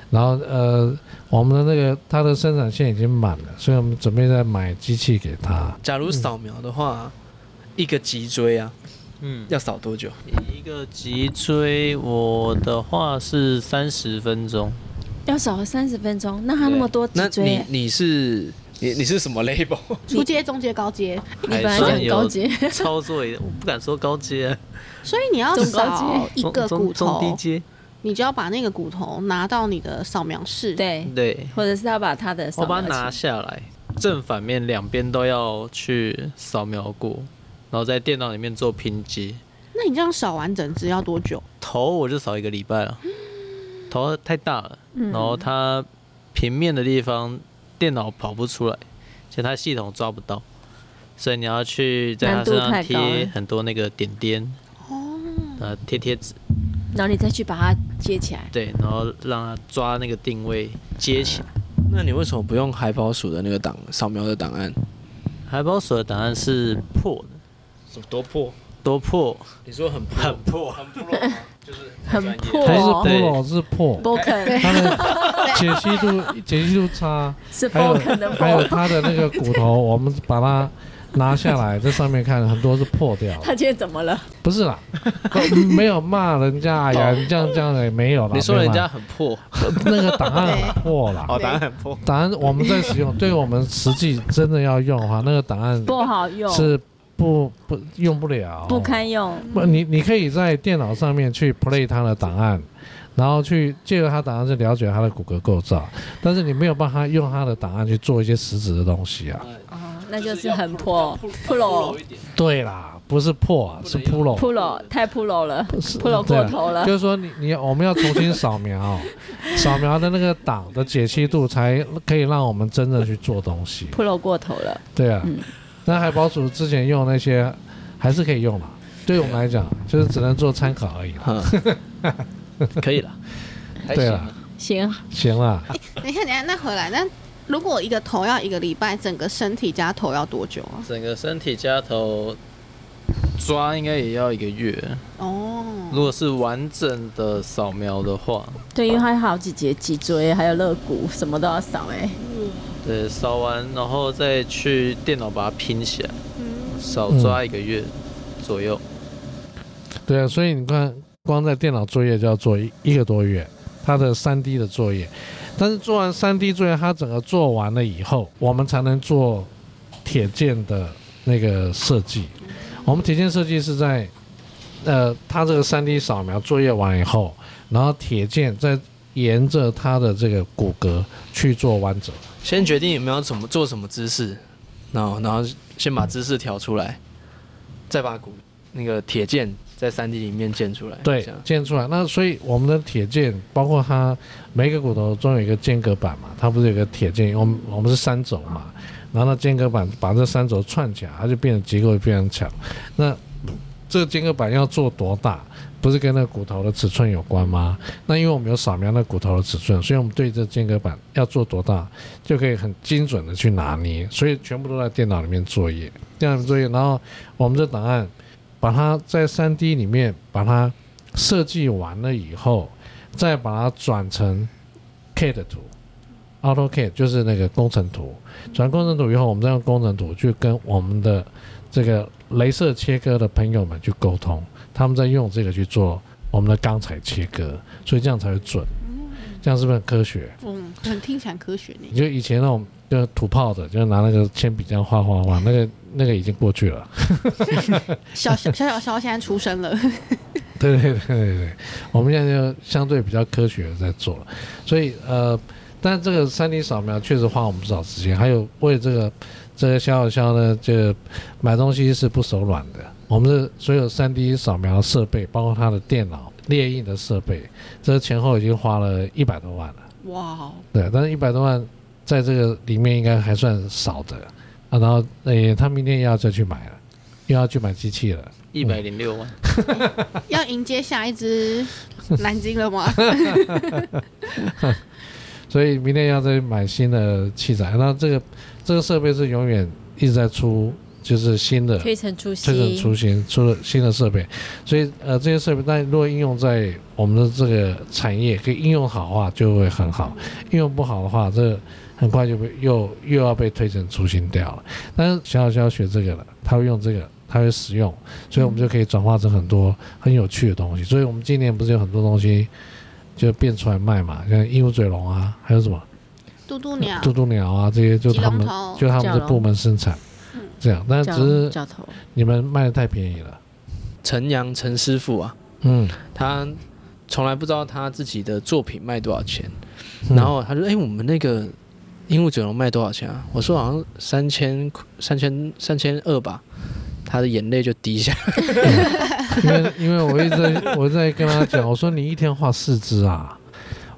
Speaker 2: 然后呃，我们的那个它的生产线已经满了，所以我们准备再买机器给他。
Speaker 1: 假如扫描的话，一个脊椎啊，
Speaker 5: 嗯，
Speaker 1: 要扫多久？
Speaker 5: 一个脊椎，我的话是三十分钟，
Speaker 4: 要扫三十分钟，那他那么多脊
Speaker 1: 那你
Speaker 4: 椎，
Speaker 1: 你是你你是什么 label？
Speaker 3: 初阶、中阶、高阶，
Speaker 4: 你
Speaker 5: 还
Speaker 4: 本来就
Speaker 5: 算
Speaker 4: 很高
Speaker 5: 有
Speaker 4: 级，
Speaker 5: 操作也，我不敢说高阶啊，
Speaker 3: 所以你要
Speaker 4: 中高
Speaker 3: 扫一个
Speaker 5: 中
Speaker 3: 骨
Speaker 5: 中中低
Speaker 3: 头，
Speaker 5: 阶，
Speaker 3: 你就要把那个骨头拿到你的扫描室。，
Speaker 4: 对，
Speaker 5: 对，
Speaker 4: 或者是他把他的扫
Speaker 5: 我把它
Speaker 4: 描
Speaker 5: 拿
Speaker 4: 器
Speaker 5: 下来，正反面两边都要去扫描过，然后在电脑里面做拼接。
Speaker 3: 那你这样扫完整只要多久？
Speaker 5: 头我就扫一个礼拜
Speaker 4: 嗯
Speaker 5: 了，头太大了，然后它平面的地方电脑跑不出来，所以它系统抓不到，所以你要去在它
Speaker 4: 难度
Speaker 5: 身上
Speaker 4: 太高
Speaker 5: 贴
Speaker 4: 了哦
Speaker 5: 很多那个点点，呃，贴贴纸，
Speaker 4: 然后你再去把它接起来。
Speaker 5: 对，然后让它抓那个定位接起来。
Speaker 1: 那你为什么不用海宝鼠的那个档扫描的档案？
Speaker 4: 嗯
Speaker 5: 海宝所的档案是破的，
Speaker 1: 多破？
Speaker 5: 多破，
Speaker 1: 你说很破
Speaker 5: 很破，
Speaker 4: 很破
Speaker 2: 还是
Speaker 4: 哦
Speaker 2: 破了是破，
Speaker 4: ，broken
Speaker 2: 它的解析度解析度差，
Speaker 4: 是
Speaker 2: 还有
Speaker 4: broken 的
Speaker 2: 还有
Speaker 4: broken。
Speaker 2: 它的那个骨头，我们把它拿下来，这上面看很多是破掉 的，
Speaker 4: 他今天怎么了？
Speaker 2: 不是啦，没有骂人家，哎呀，你这样这样也没有啦。
Speaker 1: 你说
Speaker 2: 没有
Speaker 1: 人
Speaker 2: 骂
Speaker 1: 家很破？
Speaker 2: 那个档案很破啦，
Speaker 1: 哦，档案很破。
Speaker 2: 档案我们在使用，对我们实际真的要用的话，那个档案
Speaker 4: 不好用，
Speaker 2: 是不不用不了，
Speaker 4: 不堪用。
Speaker 2: 不，你你可以在电脑上面去 play 它的档案，然后去借由它档案去了解它的骨骼构造，但是你没有办法用它的档案去做一些实质的东西啊。
Speaker 4: 哦，那就是很破，pro
Speaker 2: 对啦，不是破啊，是 pro。
Speaker 4: pro 太 pro 了
Speaker 2: 是
Speaker 4: ，pro
Speaker 2: 对
Speaker 4: 过
Speaker 2: 啊
Speaker 4: 头了
Speaker 2: 就。是说你你我们要重新扫描， 扫描的那个档的解析度才可以让我们真正去做东西。
Speaker 4: pro 过头了，
Speaker 2: 对啊
Speaker 4: 嗯，
Speaker 2: 那海宝鼠之前用那些还是可以用啦，对我们来讲，就是只能做参考而已啦。
Speaker 1: 嗯，可以了，还
Speaker 2: 对
Speaker 1: 行
Speaker 2: 啦
Speaker 1: 啊，
Speaker 4: 行，
Speaker 2: 行啦，
Speaker 3: 等一下，等一下，那回来，那如果一个头要一个礼拜，整个身体加头要多久啊？
Speaker 5: 整个身体加头抓应该也要一个月，
Speaker 3: 哦，
Speaker 5: 如果是完整的扫描的话，
Speaker 4: 对，因为它有好几节脊椎，还有肋骨，什么都要扫哎、
Speaker 5: 对，扫完然后再去电脑把它拼起来，
Speaker 3: 嗯，
Speaker 5: 少抓一个月左右。
Speaker 2: 对啊，所以你看，光在电脑作业就要做一一个多月，他的三 D 的作业，但是做完三 D 作业，他整个做完了以后，我们才能做铁剑的那个设计。我们铁剑设计是在，呃，他这个三 D 扫描作业完以后，然后铁剑再沿着他的这个骨骼去做弯折。
Speaker 1: 先决定有没有怎么做什么姿势，然后然后先把姿势调出来，再把骨那个铁剑在三 D 里面建出来，
Speaker 2: 对
Speaker 1: 这样，
Speaker 2: 建出来。那所以我们的铁剑，包括它每一个骨头中有一个间隔板嘛，它不是有个铁剑？我们我们是三轴嘛，然后那间隔板把这三轴串起来，它就变得结构就非常强。那这个间隔板要做多大？不是跟那个骨头的尺寸有关吗？那因为我们有扫描那骨头的尺寸，所以我们对这间隔板要做多大，就可以很精准的去拿捏。所以全部都在电脑里面作业，电脑里面作业，然后我们这档案把它在三 D 里面把它设计完了以后，再把它转成 CAD 图，AutoCAD 就是那个工程图。转工程图以后，我们再用工程图去跟我们的这个镭射切割的朋友们去沟通，他们在用这个去做我们的钢材切割，所以这样才会准。这样是不是很科学？
Speaker 3: 嗯，很听起来很科学呢
Speaker 2: 你。就以前那种就是土炮的，就是拿那个铅笔这样画画画，那个那个已经过去了。
Speaker 3: 小小小小肖现在出生了，
Speaker 2: 对对对对对，我们现在就相对比较科学的在做了，所以呃，但这个三 D 扫描确实花我们不少时间，还有为这个这个小小肖呢，这买东西是不手软的。我们的所有三 D 扫描设备，包括他的电脑列印的设备，这前后已经花了一百多万了。
Speaker 3: 哇哦，
Speaker 2: 对，但是一百多万在这个里面应该还算少的啊。然后诶、他明天又要再去买了，又要去买机器了。
Speaker 5: 一百零六万，
Speaker 3: 要迎接下一只蓝鲸了吗？
Speaker 2: 所以明天要再买新的器材。那这个这个设备是永远一直在出，就是新的
Speaker 4: 推陈出
Speaker 2: 推陈
Speaker 4: 新，
Speaker 2: 出新，出了新的设备。所以呃，这些设备，但如果应用在我们的这个产业，可以应用好的话，就会很好；应用不好的话，这很快就被又又要被推陈出新掉了。但是小小就要学这个了，他会用这个。他会使用，所以我们就可以转化成很多很有趣的东西。所以我们今年不是有很多东西就变出来卖嘛，像鹦鹉嘴龙啊，还有什么
Speaker 3: 嘟嘟鸟，
Speaker 2: 渡渡鸟啊，这些就
Speaker 3: 吉
Speaker 2: 他
Speaker 3: 隆
Speaker 2: 们
Speaker 3: 头，
Speaker 2: 就他们的部门生产，这样。但只
Speaker 4: 脚
Speaker 2: 是
Speaker 4: 脚头，
Speaker 2: 你们卖的太便宜了，
Speaker 1: 陈阳陈师傅啊，
Speaker 2: 嗯，
Speaker 1: 他从来不知道他自己的作品卖多少钱，
Speaker 2: 嗯
Speaker 1: 然后他说：“哎、我们那个鹦鹉嘴龙卖多少钱啊？”我说：“好像三千三千三千二吧。”他的眼泪就滴下来，
Speaker 2: 因为因为我一直在我在跟他讲，我说你一天画四只啊，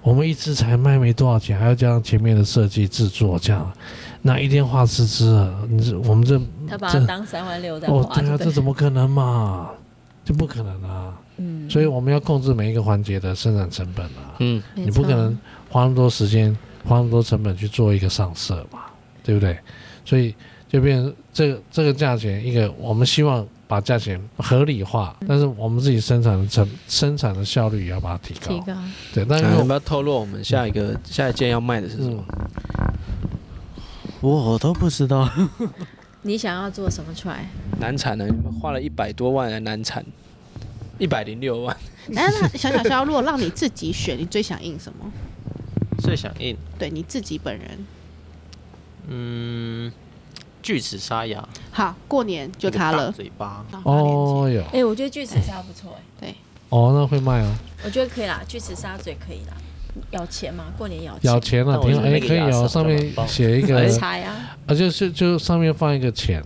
Speaker 2: 我们一只才卖没多少钱，还要加上前面的设计制作，这样那一天画四只啊，你这我们这
Speaker 4: 他把
Speaker 2: 这
Speaker 4: 它当三万六在
Speaker 2: 哦
Speaker 4: 花，
Speaker 2: 对
Speaker 4: 嗯对
Speaker 2: 啊，
Speaker 4: 不
Speaker 2: 这
Speaker 4: 对？
Speaker 2: 怎么可能嘛？这不可能啊！
Speaker 4: 嗯，
Speaker 2: 所以我们要控制每一个环节的生产成本啊。
Speaker 1: 嗯，
Speaker 4: 没
Speaker 2: 你不可
Speaker 4: 错
Speaker 2: 能花那么多时间、花那么多成本去做一个上色嘛，对不对？所以就变成这个这个价钱，一个我们希望把价钱合理化，但是我们自己生产的成生产的效率也要把它提高。
Speaker 4: 提高。
Speaker 2: 对，但是
Speaker 5: 哎
Speaker 1: 要
Speaker 2: 我
Speaker 1: 不
Speaker 2: 们
Speaker 1: 要透露我们下一个下一件要卖的是什么？
Speaker 5: 我都不知道。
Speaker 4: 你想要做什么出来？
Speaker 1: 难产呢？你们花了一百多万来难产，一百零六万。
Speaker 3: 但是小小肖，如果让你自己选，你最想印什么？
Speaker 5: 最想印，
Speaker 3: 对你自己本人，
Speaker 5: 嗯，锯齿鲨牙，
Speaker 3: 好，过年就
Speaker 5: 那个
Speaker 3: 他
Speaker 5: 大
Speaker 3: 了。
Speaker 5: 嘴 巴，
Speaker 3: 然后他连接
Speaker 2: 哦哟
Speaker 4: 哎、我觉得锯齿鲨不错哎、
Speaker 2: 哦，那会卖哦，
Speaker 4: 我觉得可以啦，锯齿鲨最可以啦。咬钱嘛，过年咬钱，
Speaker 2: 咬钱了，挺
Speaker 5: 但我觉
Speaker 2: 好
Speaker 5: 得
Speaker 2: 哎，
Speaker 5: 那个哎
Speaker 2: 可以
Speaker 5: 牙
Speaker 2: 哦，
Speaker 5: 齿
Speaker 2: 上面
Speaker 5: 好像
Speaker 2: 写一个
Speaker 4: 很差呀。
Speaker 2: 啊，就是就上面放一个钱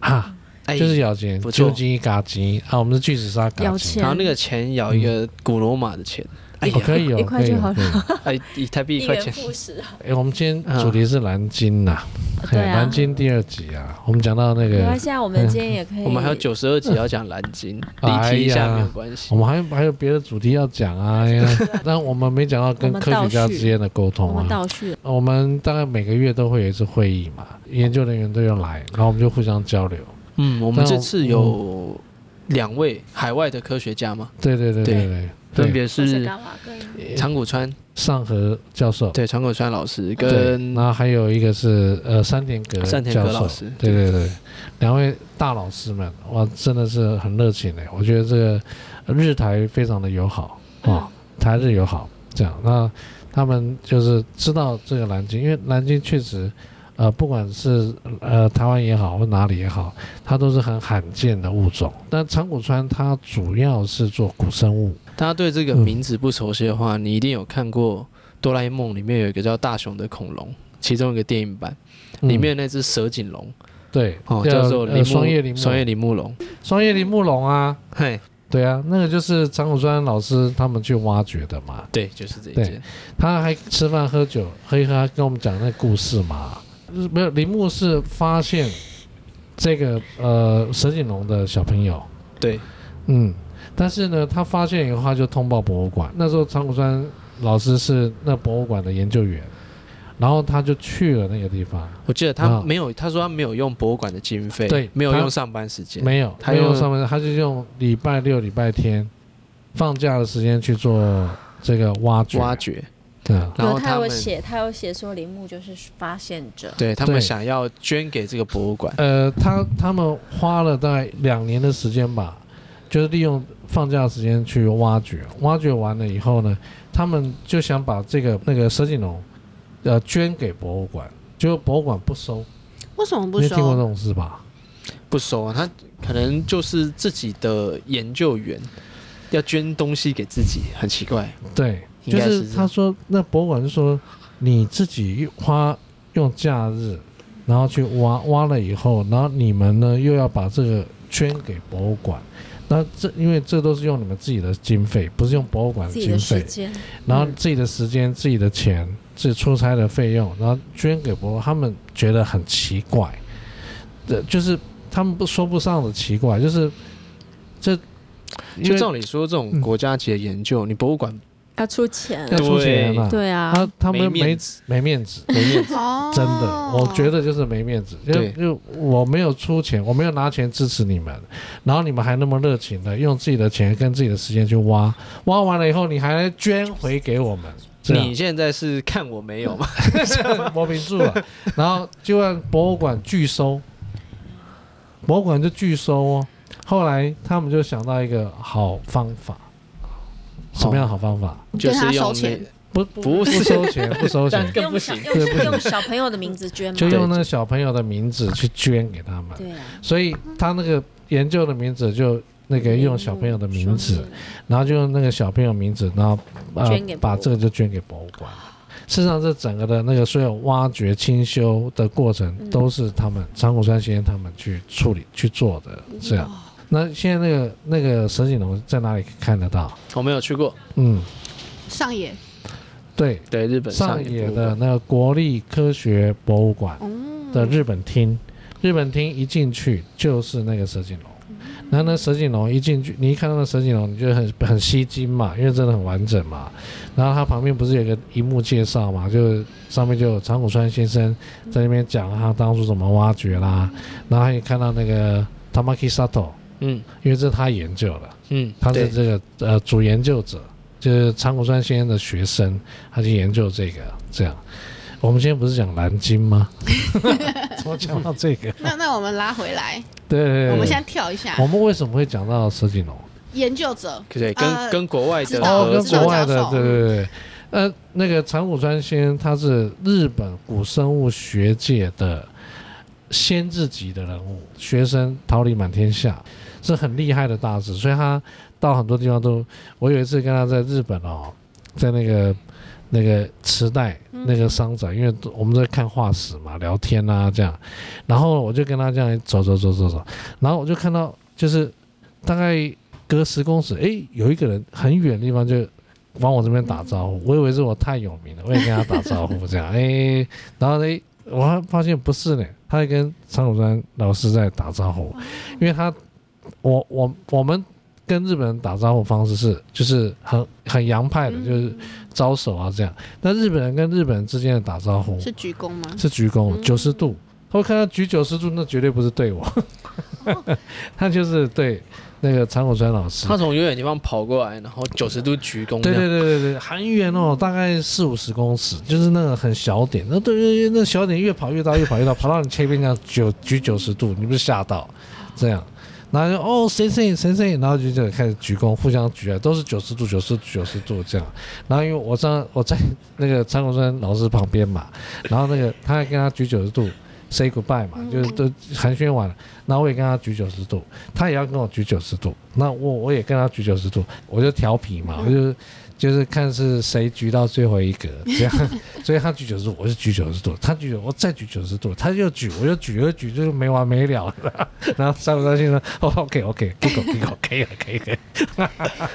Speaker 2: 啊，
Speaker 5: 哎
Speaker 2: 就是咬钱，
Speaker 1: 不错
Speaker 2: 就金一嘎金啊，我们是巨齿鲨嘎
Speaker 4: 咬
Speaker 2: 金。
Speaker 4: 钱
Speaker 1: 然后那个钱咬一个古罗马的钱，
Speaker 6: 哎
Speaker 2: 哦，可以哦，
Speaker 4: 一块
Speaker 2: 可以
Speaker 4: 就
Speaker 2: 哦
Speaker 4: 好了
Speaker 2: 可以哦
Speaker 1: 哎，以台币一块钱，
Speaker 4: 十啊，
Speaker 2: 哎，我们今天主题是蓝鲸呐，嘿
Speaker 4: 对啊
Speaker 2: 蓝鲸第二集啊，我们讲到那
Speaker 4: 没关
Speaker 2: 个，
Speaker 4: 系啊，我们今天也可以。
Speaker 1: 我们还有九十二集要讲蓝鲸，离
Speaker 2: 哎
Speaker 1: 题一下
Speaker 2: 呀
Speaker 1: 没有关系
Speaker 2: 我。们还有还有别的主题要讲啊，哎 呀但我们没讲到跟
Speaker 4: 我们
Speaker 2: 科
Speaker 4: 倒
Speaker 2: 学家
Speaker 4: 叙
Speaker 2: 之间的沟
Speaker 4: 我
Speaker 2: 通啊
Speaker 4: 们。倒叙了，
Speaker 2: 我们大概每个月都会有一次会议嘛，研究人员都要来，然后我们就互相交流。
Speaker 1: 嗯，我们
Speaker 2: 但
Speaker 1: 这
Speaker 2: 我嗯
Speaker 1: 次有两位海外的科学家嘛，
Speaker 2: 对对对对
Speaker 1: 分
Speaker 2: 对，
Speaker 1: 别是
Speaker 2: 对
Speaker 1: 长谷川，
Speaker 2: 上河教授，
Speaker 1: 对长谷川老师
Speaker 2: 对
Speaker 1: 跟
Speaker 2: 然后还有一个是呃山田格
Speaker 1: 山田
Speaker 2: 教
Speaker 1: 格
Speaker 2: 授
Speaker 1: 老师
Speaker 2: 对对对，两位大老师们，哇，真的是很热情的，我觉得这个呃日台非常的友好啊，台日友好这样。那他们就是知道这个南京，因为南京确实。呃，不管是呃台湾也好，或哪里也好，它都是很罕见的物种。但长谷川它主要是做古生物，
Speaker 1: 大家对这
Speaker 2: 嗯
Speaker 1: 个名字不熟悉的话，你一定有看过《哆啦 A 梦》里面有一个叫大雄的恐龙，其中一个电影版
Speaker 2: 嗯
Speaker 1: 里面那只蛇颈龙
Speaker 2: 对
Speaker 1: 哦，
Speaker 2: 叫
Speaker 1: 叫做
Speaker 2: 呃
Speaker 1: 铃木
Speaker 2: 双叶铃木
Speaker 1: 双叶铃木龙，
Speaker 2: 双叶铃木龙啊，
Speaker 1: 嘿，
Speaker 2: 对啊，那个就是长谷川老师他们去挖掘的嘛。
Speaker 1: 对，就是这一
Speaker 2: 对
Speaker 1: 件。
Speaker 2: 他还吃饭喝酒，喝一喝，还跟我们讲那个故事嘛。就是没有，铃木是发现这个呃蛇颈龙的小朋友，
Speaker 1: 对，
Speaker 2: 嗯，但是呢，他发现以后他就通报博物馆。那时候长谷川老师是那博物馆的研究员，然后他就去了那个地方，
Speaker 1: 我记得他
Speaker 2: 啊
Speaker 1: 没有，他说他没有用博物馆的经费，
Speaker 2: 对
Speaker 1: 没有
Speaker 2: 他
Speaker 1: 用上班时间，
Speaker 2: 没有，
Speaker 1: 他
Speaker 2: 没有
Speaker 1: 用
Speaker 2: 上面，他就用礼拜六、礼拜天放假的时间去做这个挖掘，
Speaker 1: 挖掘，
Speaker 2: 对啊，
Speaker 1: 然后
Speaker 4: 有他
Speaker 1: 他
Speaker 4: 有
Speaker 1: 们
Speaker 4: 写，他有写说铃木就是发现者，
Speaker 1: 对他们
Speaker 2: 对
Speaker 1: 想要捐给这个博物馆，
Speaker 2: 呃，他他们花了大概两年的时间吧，就是利用放假的时间去挖掘，挖掘完了以后呢，他们就想把这个那个蛇颈龙，呃，捐给博物馆，结果博物馆不收，
Speaker 3: 为什么
Speaker 2: 你
Speaker 3: 不
Speaker 2: 有听过这
Speaker 3: 收？
Speaker 2: 种事吧？
Speaker 1: 不收啊，他可能就是自己的研究员要捐东西给自己，很奇怪。
Speaker 2: 对，
Speaker 1: 应
Speaker 2: 就
Speaker 1: 该
Speaker 2: 是
Speaker 1: 是这
Speaker 2: 他
Speaker 1: 样
Speaker 2: 说那博物馆就说你自己花用假日，然后去挖挖了以后，然后你们呢又要把这个捐给博物馆。那这因为这都是用你们自己的经费，不是用博物馆的
Speaker 4: 自己
Speaker 2: 经
Speaker 4: 的时
Speaker 2: 费，
Speaker 4: 间，
Speaker 2: 然后
Speaker 4: 嗯
Speaker 2: 自己的时间、自己的钱、自己出差的费用，然后捐给博物，他们觉得很奇怪，这就是他们不说不上的奇怪，就是这因
Speaker 1: 就
Speaker 2: 为嗯
Speaker 1: 照理说，这种国家级的研究，你博物馆
Speaker 4: 要出钱，
Speaker 2: 要出钱
Speaker 1: 对
Speaker 2: 了、
Speaker 4: 对啊，
Speaker 2: 他他们
Speaker 1: 没面
Speaker 2: 没
Speaker 1: 子
Speaker 2: 没面子，
Speaker 1: 没面子，
Speaker 3: 哦，
Speaker 2: 真的，我觉得就是没面子，就
Speaker 1: 对
Speaker 2: 就我没有出钱，我没有拿钱支持你们，然后你们还那么热情的用自己的钱跟自己的时间去挖，挖完了以后你还来捐回给我们，这样
Speaker 1: 你现在是看我没有吗？
Speaker 2: 磨名著了，啊然后就让博物馆拒收，博物馆就拒收哦。后来他们就想到一个好方法，什么样的好方法？
Speaker 1: 就
Speaker 3: 对他
Speaker 1: 是用
Speaker 3: 收钱
Speaker 1: 那
Speaker 2: 不
Speaker 1: 不
Speaker 2: 不
Speaker 1: 是
Speaker 2: 收钱，不收钱
Speaker 1: 但，更不
Speaker 4: 用小
Speaker 1: 行。
Speaker 2: 对不
Speaker 4: 用
Speaker 2: 行
Speaker 4: 用小朋友的名字捐嘛
Speaker 2: 就，用那个小朋友的名字去捐给他们，
Speaker 4: 对啊，
Speaker 2: 所以他那个研究的名字就那个用小朋友的名
Speaker 4: 哦
Speaker 2: 字，然后就用那个小朋友名字，然后呃
Speaker 4: 嗯捐给博物
Speaker 2: 把这个就捐给博物馆。事实上，这整个的那个所有挖掘、清修的过程，
Speaker 4: 嗯
Speaker 2: 都是他们长谷川先生他们去处理、去做的。这
Speaker 4: 嗯
Speaker 2: 样，那现在那个那个蛇颈龙在哪里看得到？
Speaker 1: 我没有去过，
Speaker 2: 嗯，
Speaker 3: 上野，
Speaker 2: 对，
Speaker 1: 对日本
Speaker 2: 上
Speaker 1: 野
Speaker 2: 野
Speaker 1: 博物馆
Speaker 2: 的那个国立科学博物馆。
Speaker 3: 嗯，
Speaker 2: 的日本厅，日本厅一进去就是那个蛇颈龙。然后呢，蛇颈龙一进去，你一看到那蛇颈龙，你就很很吸睛嘛，因为真的很完整嘛。然后它旁边不是有一个荧幕介绍嘛，就是上面就有长谷川先生在那边讲他当初怎么挖掘啦。然后还有看到那个 Tamaki Sato，
Speaker 1: 嗯
Speaker 2: 因为这是他研究的，
Speaker 1: 嗯，
Speaker 2: 他是
Speaker 1: 对
Speaker 2: 这个呃主研究者，就是长谷川先生的学生，他去研究这个这样。我们今天不是讲蓝鲸 吗？怎么讲到这个？
Speaker 3: 那那我们拉回来，
Speaker 2: 对对对，
Speaker 3: 我们现在跳一下
Speaker 2: 我们为什么会讲到蛇颈龙？
Speaker 3: 研究者，
Speaker 1: 对，跟
Speaker 3: 呃
Speaker 1: 跟国外的
Speaker 3: 知道
Speaker 2: 哦，
Speaker 1: 合
Speaker 2: 跟
Speaker 3: 知道
Speaker 1: 作
Speaker 2: 国外
Speaker 3: 教
Speaker 2: 的
Speaker 3: 授
Speaker 2: 对对对，呃，那个长谷川先生他是日本古生物学界的先知级的人物，学生桃李满天下，是很厉害的大师，所以他到很多地方都，我有一次跟他在日本哦，在那个。那个池袋
Speaker 3: 嗯
Speaker 2: 那个商展，因为我们在看化石嘛，聊天啊这样，然后我就跟他这样走走走走走，然后我就看到就是大概隔十公尺，诶，有一个人很远的地方就往我这边打招呼，我以为是我太有名了，我也跟他打招呼这样，哎， 然后呢，我还发现不是呢，他在跟常鲁山老师在打招呼，因为他，我我我们跟日本人打招呼方式是就是很很洋派的，就是招手啊这样，那日本人跟日本人之间的打招呼
Speaker 3: 是鞠躬吗？
Speaker 2: 是鞠躬
Speaker 3: 嗯
Speaker 2: 九十度，他会看到鞠九十度，那绝对不是 对我， 他就是对那个长谷川老师。
Speaker 1: 他从远远地方跑过来，然后九十度鞠躬这
Speaker 2: 对
Speaker 1: 样，嗯
Speaker 2: 对对对对，很远哦，大概四五十公尺，就是那个很小点，那对对对，那小点越跑越大，越跑越大，跑到你前面这样九举九十度，你不是吓到这样，然后就哦谁谁谁谁，然后就这样开始鞠躬，互相鞠啊，都是九十度九十度九十度这样，然后因为我上我在那个张国川老师旁边嘛，然后那个他还跟他举九十度。say goodbye
Speaker 1: 嗯
Speaker 2: 嘛，就是都寒暄完了，然后我也跟他举九十度，他也要跟我举九十度，那我我也跟他举九十度，我就调皮嘛，我就就是看是谁举到最后一格，这样， 所以他举九十度，我就举九十度，他举我再举九十度，他又举，我又举，又举，就是没完没了了。 然后三五三先生，哦，OK OK，给狗给狗，可以了可以了，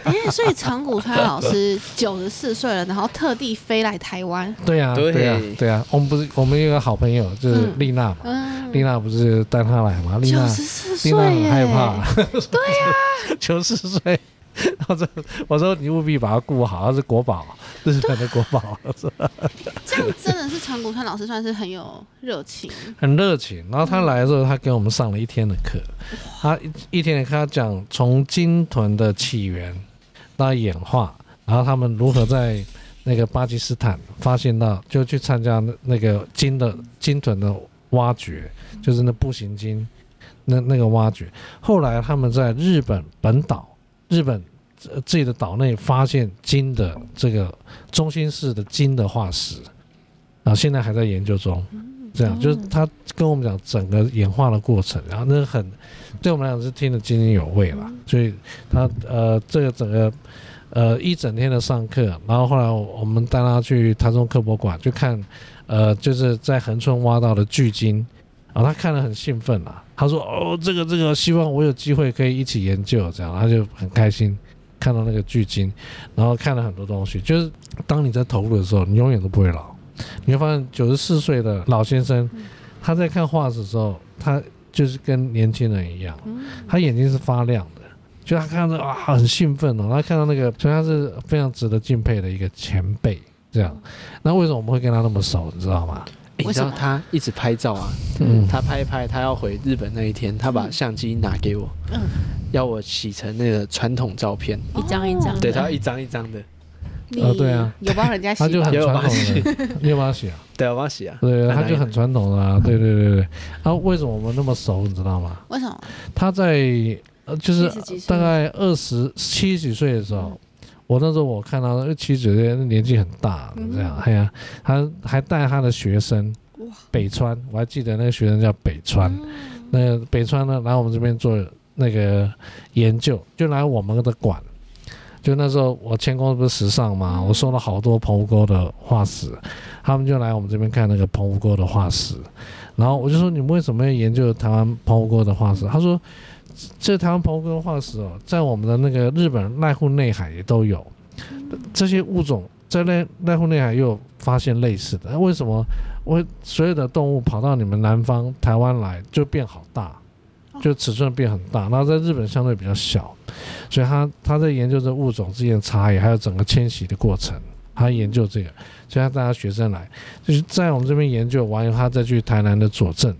Speaker 3: 哎、所以长谷川老师九十四岁了，然后特地飞来台湾，
Speaker 2: 对呀、
Speaker 1: 对
Speaker 2: 对呀、啊对呀、我们不是我们有个好朋友就是
Speaker 3: 嗯
Speaker 2: 丽娜嘛，
Speaker 3: 嗯，
Speaker 2: 丽娜不是带他来嘛，丽
Speaker 3: 九
Speaker 2: 娜。
Speaker 3: 十四岁
Speaker 2: 丽娜很
Speaker 3: 耶，啊
Speaker 2: 害怕，对呀、 九十岁，我说我说你务必把它顾好，它是国宝，啊日本的国宝，啊
Speaker 3: 这样真的是长谷川老师算是很有热情，
Speaker 2: 很热情。然后他来的时候，他给我们上了一天的课，他一一天的课他讲从鲸豚的起源到演化，然后他们如何在那个巴基斯坦发现到，就去参加那那个鲸的鲸豚的挖掘，就是那步行鲸那那个挖掘。后来他们在日本本岛，日本。呃自己的岛内发现鲸的这个中心式的鲸的化石，啊，现在还在研究中。这样就是他跟我们讲整个演化的过程，然后那个很对我们来讲是听得津津有味啦。所以他呃，这个整个呃一整天的上课，然后后来我们带他去台中科博馆去看，呃，就是在恒春挖到的巨鲸。啊，他看了很兴奋啊，他说：“哦，这个这个，希望我有机会可以一起研究。”这样，他就很开心看到那个巨鲸，然后看了很多东西。就是当你在投入的时候，你永远都不会老。你会发现九十四岁的老先生，他在看画纸的时候，他就是跟年轻人一样，他眼睛是发亮的，就他看到啊很兴奋哦，他看到那个，所以他是非常值得敬佩的一个前辈。这样，那为什么我们会跟他那么熟，你知道吗？
Speaker 1: 诶你知
Speaker 3: 为什么
Speaker 1: 道他一直拍照啊，
Speaker 2: 嗯
Speaker 1: 他拍一拍，他要回日本那一天，他把相机拿给我，
Speaker 3: 嗯
Speaker 1: 要我洗成那个传统照片，
Speaker 4: 一张一张的，
Speaker 1: 对他要一张一张的，
Speaker 3: 你
Speaker 2: 哦对 啊
Speaker 3: 有帮人家洗
Speaker 2: 他就
Speaker 3: 吧
Speaker 2: 很
Speaker 1: 也有
Speaker 2: 传
Speaker 1: 帮他
Speaker 2: 统 的，你有帮他写啊？
Speaker 1: 对，我帮他洗啊，
Speaker 2: 对，
Speaker 1: 很
Speaker 2: 他
Speaker 1: 难
Speaker 2: 就很传统的啊，对对对对。啊，为什么我们那么熟，你知道吗？
Speaker 3: 为什么？
Speaker 2: 他在呃，就是
Speaker 4: 70几岁嗯
Speaker 2: 大概二十七几岁的时候，我那时候我看到七几岁年纪很大，这
Speaker 4: 嗯
Speaker 2: 样，哎呀，他还带他的学生
Speaker 3: 哇，
Speaker 2: 北川，我还记得那个学生叫北川，
Speaker 4: 嗯
Speaker 2: 那个北川呢来我们这边做那个研究，就来我们的馆。就那时候我签公司不是时尚嘛，我收了好多澎湖沟的化石，他们就来我们这边看那个澎湖沟的化石，然后我就说你们为什么要研究台湾澎湖沟的化石？他说这台湾澎湖沟的化石哦，在我们的那个日本濑户内海也都有，这些物种在濑濑户内海又有发现类似的，那为什么我所有的动物跑到你们南方台湾来就变好大，就尺寸变很大，然后在日本相对比较小，所以他他在研究这物种之间的差异，还有整个迁徙的过程，他研究这个，所以他带他学生来，就是在我们这边研究完以后，他再去台南的佐证。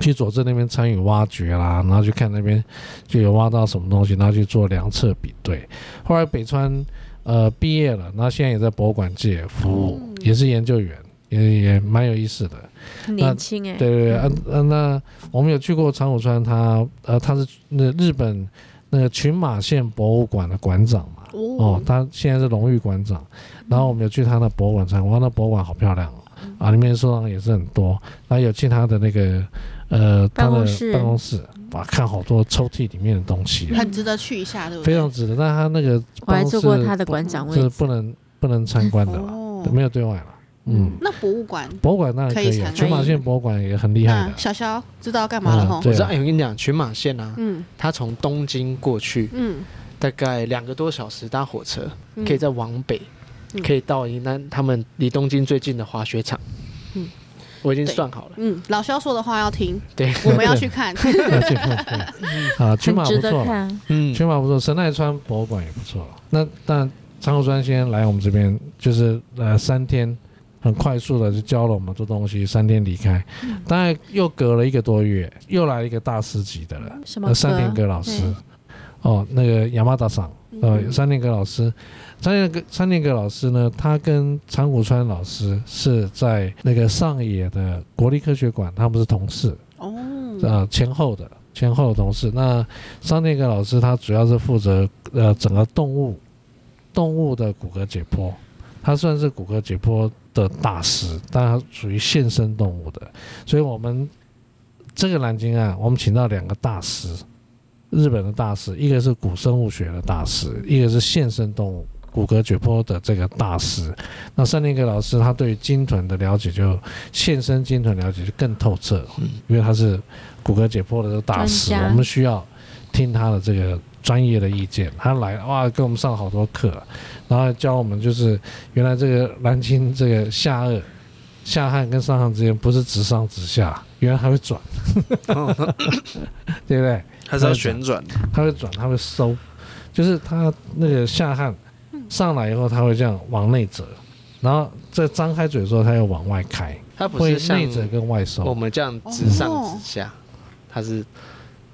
Speaker 2: 去佐证那边参与挖掘啦，然后去看那边就有挖到什么东西，然后去做量测比对。后来北川呃毕业了，然后现在也在博物馆界服务，也是研究员，也也蛮有意思的。
Speaker 4: 很年轻哎，
Speaker 2: 对对对，啊啊，那我们有去过长谷川，他呃他是那日本那个群马县博物馆的馆长嘛，哦
Speaker 3: 哦，，
Speaker 2: 他现在是荣誉馆长，然后我们有去他的博物馆参观，那博物馆好漂亮哦，啊，里面收藏也是很多，那有去他的那个呃他
Speaker 4: 办
Speaker 2: 的
Speaker 4: 公室
Speaker 2: 办公室，哇，看好多抽屉里面的东西啊，
Speaker 3: 很值得去一下，对不对？
Speaker 2: 非常值得。但他那个
Speaker 4: 我还
Speaker 2: 办公
Speaker 4: 坐过
Speaker 2: 室
Speaker 4: 他的馆长位
Speaker 2: 是
Speaker 4: 置，
Speaker 2: 不能不能参观的啦，
Speaker 3: 哦
Speaker 2: 对，没有对外了，嗯。
Speaker 3: 那博物馆，
Speaker 2: 博物馆当然可
Speaker 3: 可以
Speaker 2: 以、啊，
Speaker 3: 参
Speaker 2: 群马县博物馆也很厉害的啊
Speaker 3: 那。小肖知道要干嘛了
Speaker 2: 嗯
Speaker 3: 吼？
Speaker 2: 对
Speaker 1: 我知道，哎，我跟你讲，群马县啊，
Speaker 3: 嗯
Speaker 1: 他从东京过去，
Speaker 3: 嗯，
Speaker 1: 大概两个多小时搭火车，
Speaker 3: 嗯
Speaker 1: 可以再往北，
Speaker 3: 嗯
Speaker 1: 可以到云南他们离东京最近的滑雪场。
Speaker 3: 嗯
Speaker 1: 我已经
Speaker 3: 对
Speaker 1: 算好了。
Speaker 3: 嗯，老肖说的话要听，
Speaker 1: 对，
Speaker 3: 我们要 去看。
Speaker 2: 要去看看啊，群马
Speaker 4: 很值
Speaker 2: 不
Speaker 4: 得
Speaker 2: 错，
Speaker 4: 看。
Speaker 1: 嗯
Speaker 2: 群马不错，神奈川博物馆也不错。那那长谷川先来我们这边，就是呃三天，很快速的就教了我们做东西，三天离开，
Speaker 4: 嗯
Speaker 2: 大概又隔了一个多月，又来一个大师级的了，
Speaker 4: 什么
Speaker 2: 呃
Speaker 4: 歌？啊
Speaker 2: 山田歌老师
Speaker 4: 对，
Speaker 2: 哦，那个亚麻达桑。呃，
Speaker 4: 嗯
Speaker 2: 三田阁老师，三田阁三田阁老师呢，他跟长谷川老师是在那个上野的国立科学馆，他们是同事，
Speaker 3: 哦，
Speaker 2: 呃，前后的前后的同事。那上田阁老师他主要是负责呃整个动物动物的骨骼解剖，他算是骨骼解剖的大师，但他属于现生动物的，所以我们这个南京啊，我们请到两个大师，日本的大师，一个是古生物学的大师，一个是现生动物骨骼解剖的这个大师。那三林格老师他对于鲸豚的了解就现生鲸豚了解就更透彻，因为他是骨骼解剖的这个大师，
Speaker 4: 嗯专家
Speaker 2: 我们需要听他的这个专业的意见。他来哇，给我们上好多课，啊然后教我们就是原来这个蓝鲸这个下颚。下颌跟上颌之间不是直上直下，原来还会转，对不对？
Speaker 6: 还是要旋转的，
Speaker 2: 它会转，它会收，就是它那个下颌上来以后，它会这样往内折，然后在张开嘴的时候，它又往外开，
Speaker 1: 它不
Speaker 2: 会
Speaker 1: 是像
Speaker 2: 内折跟外
Speaker 1: 我
Speaker 2: 收。
Speaker 1: 们这样直上直下，它是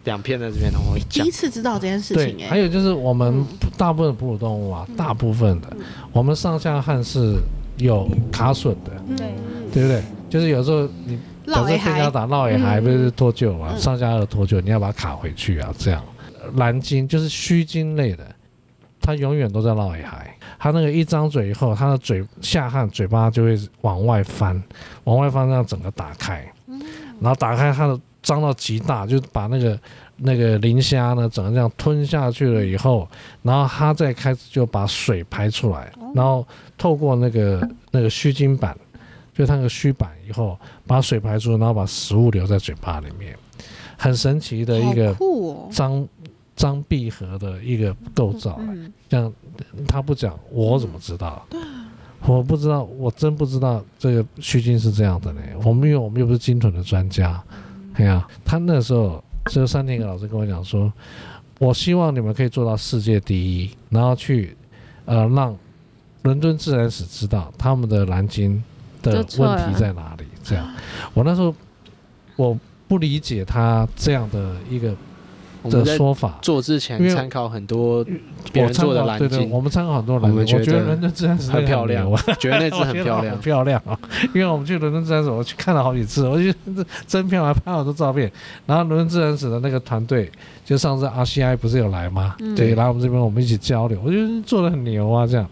Speaker 1: 两片在这边，然后
Speaker 3: 第
Speaker 1: 讲
Speaker 3: 一。次知道这件事
Speaker 2: 对
Speaker 3: 情，
Speaker 2: 还
Speaker 3: 哎，
Speaker 2: 有就是我们大部分哺乳动物
Speaker 1: 嗯
Speaker 2: 啊，大部分的我们上下颌是有卡损的，
Speaker 4: 对
Speaker 3: 嗯
Speaker 2: 对不对？就是有时候你导
Speaker 3: 老
Speaker 2: 致
Speaker 3: 也
Speaker 2: 被他
Speaker 3: 还
Speaker 2: 打闹也还
Speaker 3: 嗯
Speaker 2: 不是脱臼嘛，
Speaker 3: 嗯
Speaker 2: 上下颚脱臼，你要把它卡回去啊，这样。蓝鲸就是须鲸类的，它永远都在闹也还。它那个一张嘴以后，它的嘴下颌嘴巴就会往外翻，往外翻，让整个打开，
Speaker 3: 嗯
Speaker 2: 然后打开它的张到极大，就把那个那个磷虾呢整个这样吞下去了以后，然后它再开始就把水排出来，
Speaker 3: 哦
Speaker 2: 然后透过那个那个须鲸板，就它那个须板以后，把水排出，然后把食物留在嘴巴里面，很神奇的一个
Speaker 3: 好酷哦，
Speaker 2: 张张闭合的一个构造啊。
Speaker 3: 嗯，啊
Speaker 2: 像他不讲，我怎么知道？我不知道，我真不知道这个虚惊是这样的呢。我们因为我们又不是鲸豚的专家，
Speaker 3: 嗯
Speaker 2: 哎呀、他那时候这三田一个老师跟我讲说，我希望你们可以做到世界第一，然后去呃让伦敦自然史知道他们的蓝鲸的
Speaker 4: 就错
Speaker 2: 问题
Speaker 4: 了
Speaker 2: 在哪里。这样，我那时候我不理解他这样的一个
Speaker 1: 我们
Speaker 2: 的
Speaker 1: 在
Speaker 2: 说法，
Speaker 1: 做之
Speaker 2: 因
Speaker 1: 前
Speaker 2: 为
Speaker 1: 参考很多别
Speaker 2: 我
Speaker 1: 人
Speaker 2: 参
Speaker 1: 做的
Speaker 2: 考，
Speaker 1: 蓝
Speaker 2: 对对，
Speaker 1: 鲸
Speaker 2: 我，们参考很多蓝鲸，
Speaker 1: 我
Speaker 2: 我
Speaker 1: 们觉得
Speaker 2: 觉得伦敦自然史
Speaker 1: 很漂亮
Speaker 2: 我
Speaker 1: 觉得那只
Speaker 2: 我
Speaker 1: 很
Speaker 2: 觉得
Speaker 1: 漂
Speaker 2: 很
Speaker 1: 亮。
Speaker 2: 漂亮啊！因为我们去伦敦自然史，我去 看了好几次，我就真真漂亮，拍好多照片。然后伦敦自然史的那个团队，就上次 RCI 不是有来吗？
Speaker 4: 嗯
Speaker 2: 对，来我们这边我们一起交流，我觉得做的很牛啊！这样，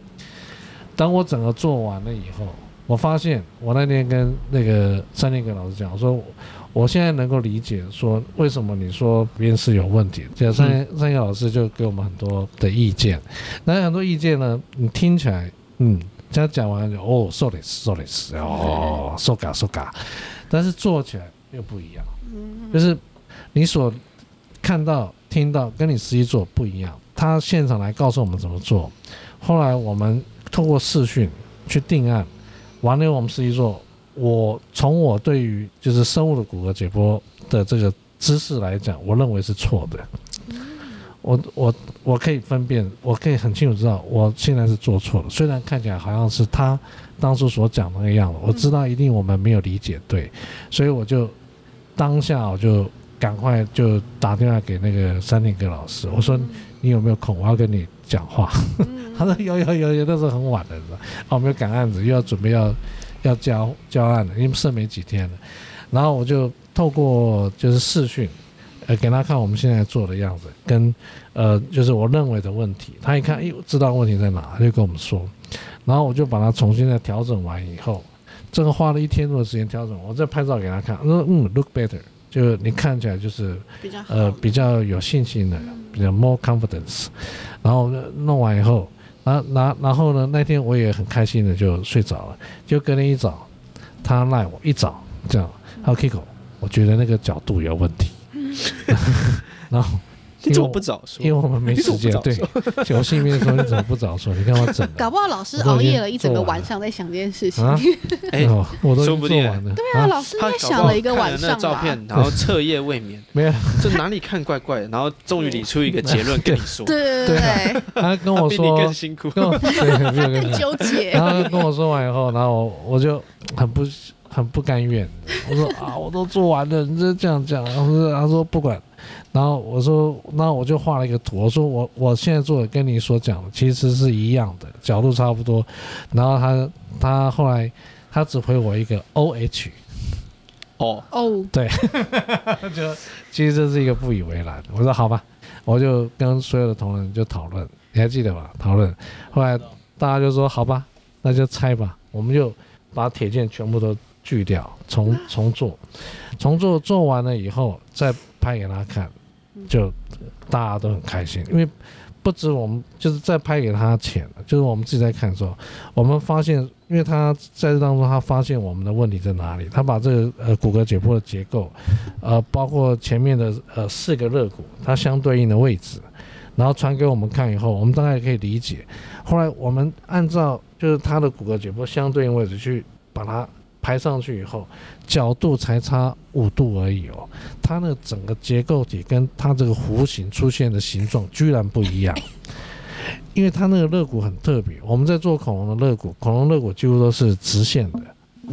Speaker 2: 当我整个做完了以后，我发现我那天跟那个三林格老师讲，我说我我现在能够理解说为什么你说面试有问题。这样三三林格老师就给我们很多的意见，那很多意见呢，你听起来，嗯，这样讲完就哦，so this so this，哦，so ga so ga，但是做起来又不一样，就是你所看到、听到跟你实际做不一样。他现场来告诉我们怎么做，后来我们透过视讯去定案，完了以后我们实际做。我从我对于就是生物的骨骼解剖的这个知识来讲，我认为是错的。我我我可以分辨，我可以很清楚知道我现在是做错了。虽然看起来好像是他当初所讲的那个样子，我知道一定我们没有理解对，所以我就当下我就赶快就打电话给那个三林哥老师，我说你有没有空？我要跟你讲话。 他说有有有有，那时候很晚了，是吧？啊，我们有赶案子，又要准备要要交交案了，因为剩没几天了。然后我就透过就是视讯，呃，给他看我们现在做的样子，跟呃就是我认为的问题，他一看，哎，我知道问题在哪，他就跟我们说。然后我就把它重新再调整完以后，这个花了一天多的时间调整，我再拍照给他看，他说嗯，look better，就是你看起来就是
Speaker 3: 比较好，
Speaker 2: 呃比较有信心的，比较 more confidence。然后呢弄完以后，然后然后然后呢，那天我也很开心的就睡着了。就隔天一早，他赖我一早这样，还有 Kiko，我觉得那个角度有问题。然后
Speaker 6: 你怎么不早说
Speaker 2: 因为？我们没
Speaker 6: 你怎
Speaker 2: 时
Speaker 6: 么
Speaker 2: 间
Speaker 6: 不。
Speaker 2: 对，游戏里面说你怎么不早说？你干嘛整啊？
Speaker 3: 搞不好老师
Speaker 2: 我都已
Speaker 3: 熬
Speaker 2: 经
Speaker 3: 夜了一整个
Speaker 2: 做完
Speaker 3: 晚上在想这件事情。
Speaker 2: 啊，
Speaker 1: 哎
Speaker 2: 哦我都已
Speaker 1: 说
Speaker 2: 经
Speaker 1: 不
Speaker 2: 做
Speaker 1: 定
Speaker 2: 完了。
Speaker 3: 对啊，老师应
Speaker 1: 他
Speaker 3: 该
Speaker 1: 搞不
Speaker 3: 想
Speaker 1: 好
Speaker 3: 了一个
Speaker 1: 看
Speaker 3: 晚
Speaker 1: 那
Speaker 3: 上
Speaker 1: 照
Speaker 3: 吧？
Speaker 1: 片，然后彻夜未眠，
Speaker 2: 没有，
Speaker 1: 这哪里看怪怪的，然后终于理出一个结论跟你说，
Speaker 3: 对
Speaker 2: 对
Speaker 3: 对
Speaker 2: 啊
Speaker 3: 对
Speaker 2: 他跟
Speaker 1: 他
Speaker 2: 我
Speaker 1: 比你
Speaker 2: 说
Speaker 1: 更，辛苦。
Speaker 2: 跟我对，没有
Speaker 3: 对，
Speaker 2: 跟
Speaker 3: 更
Speaker 2: 你
Speaker 3: 纠结
Speaker 2: 然。后他跟我说完以后，然后我我就很不很不甘愿，我说啊，我都做完了，你这这样讲，然后说他说不管，然后我说那我就画了一个图，我说我我现在做的跟你所讲的其实是一样的，角度差不多，然后他他后来他只回我一个 O H，
Speaker 1: 哦，
Speaker 3: 哦，
Speaker 2: 其实这是一个不以为然，我说好吧，我就跟所有的同仁就讨论，你还记得吧？讨论，后来大家就说好吧，那就拆吧，我们就把铁剑全部都锯掉，重重做，重做做完了以后再拍给他看，就大家都很开心，因为不止我们就是在拍给他前，就是我们自己在看的时候，我们发现，因为他在这当中他发现我们的问题在哪里，他把这个呃骨骼解剖的结构，呃包括前面的呃四个肋骨它相对应的位置。然后传给我们看以后，我们大概可以理解。后来我们按照就是它的骨骼解剖相对应位置去把它排上去以后，角度才差五度而已哦。它那整个结构体跟它这个弧形出现的形状居然不一样，因为它那个肋骨很特别。我们在做恐龙的肋骨，恐龙肋骨几乎都是直线的。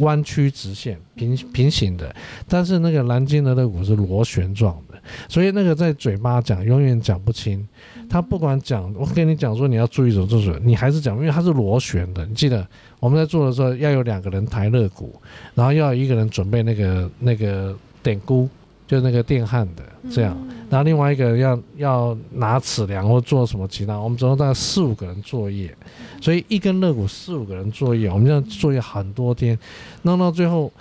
Speaker 2: 弯曲直线平平行的，但是那个蓝鲸的肋骨是螺旋状的，所以那个在嘴巴讲永远讲不清。他不管讲，我跟你讲说你要注意什么，就是你还是讲，因为它是螺旋的。你记得我们在做的时候要有两个人抬肋骨，然后要有一个人准备那个那个点箍，就是那个电焊的这样，然后另外一个人要要拿尺量或做什么其他。我们总共大概四五个人作业，所以一根肋骨四五个人作业，我们这样作业很多天，弄到最后，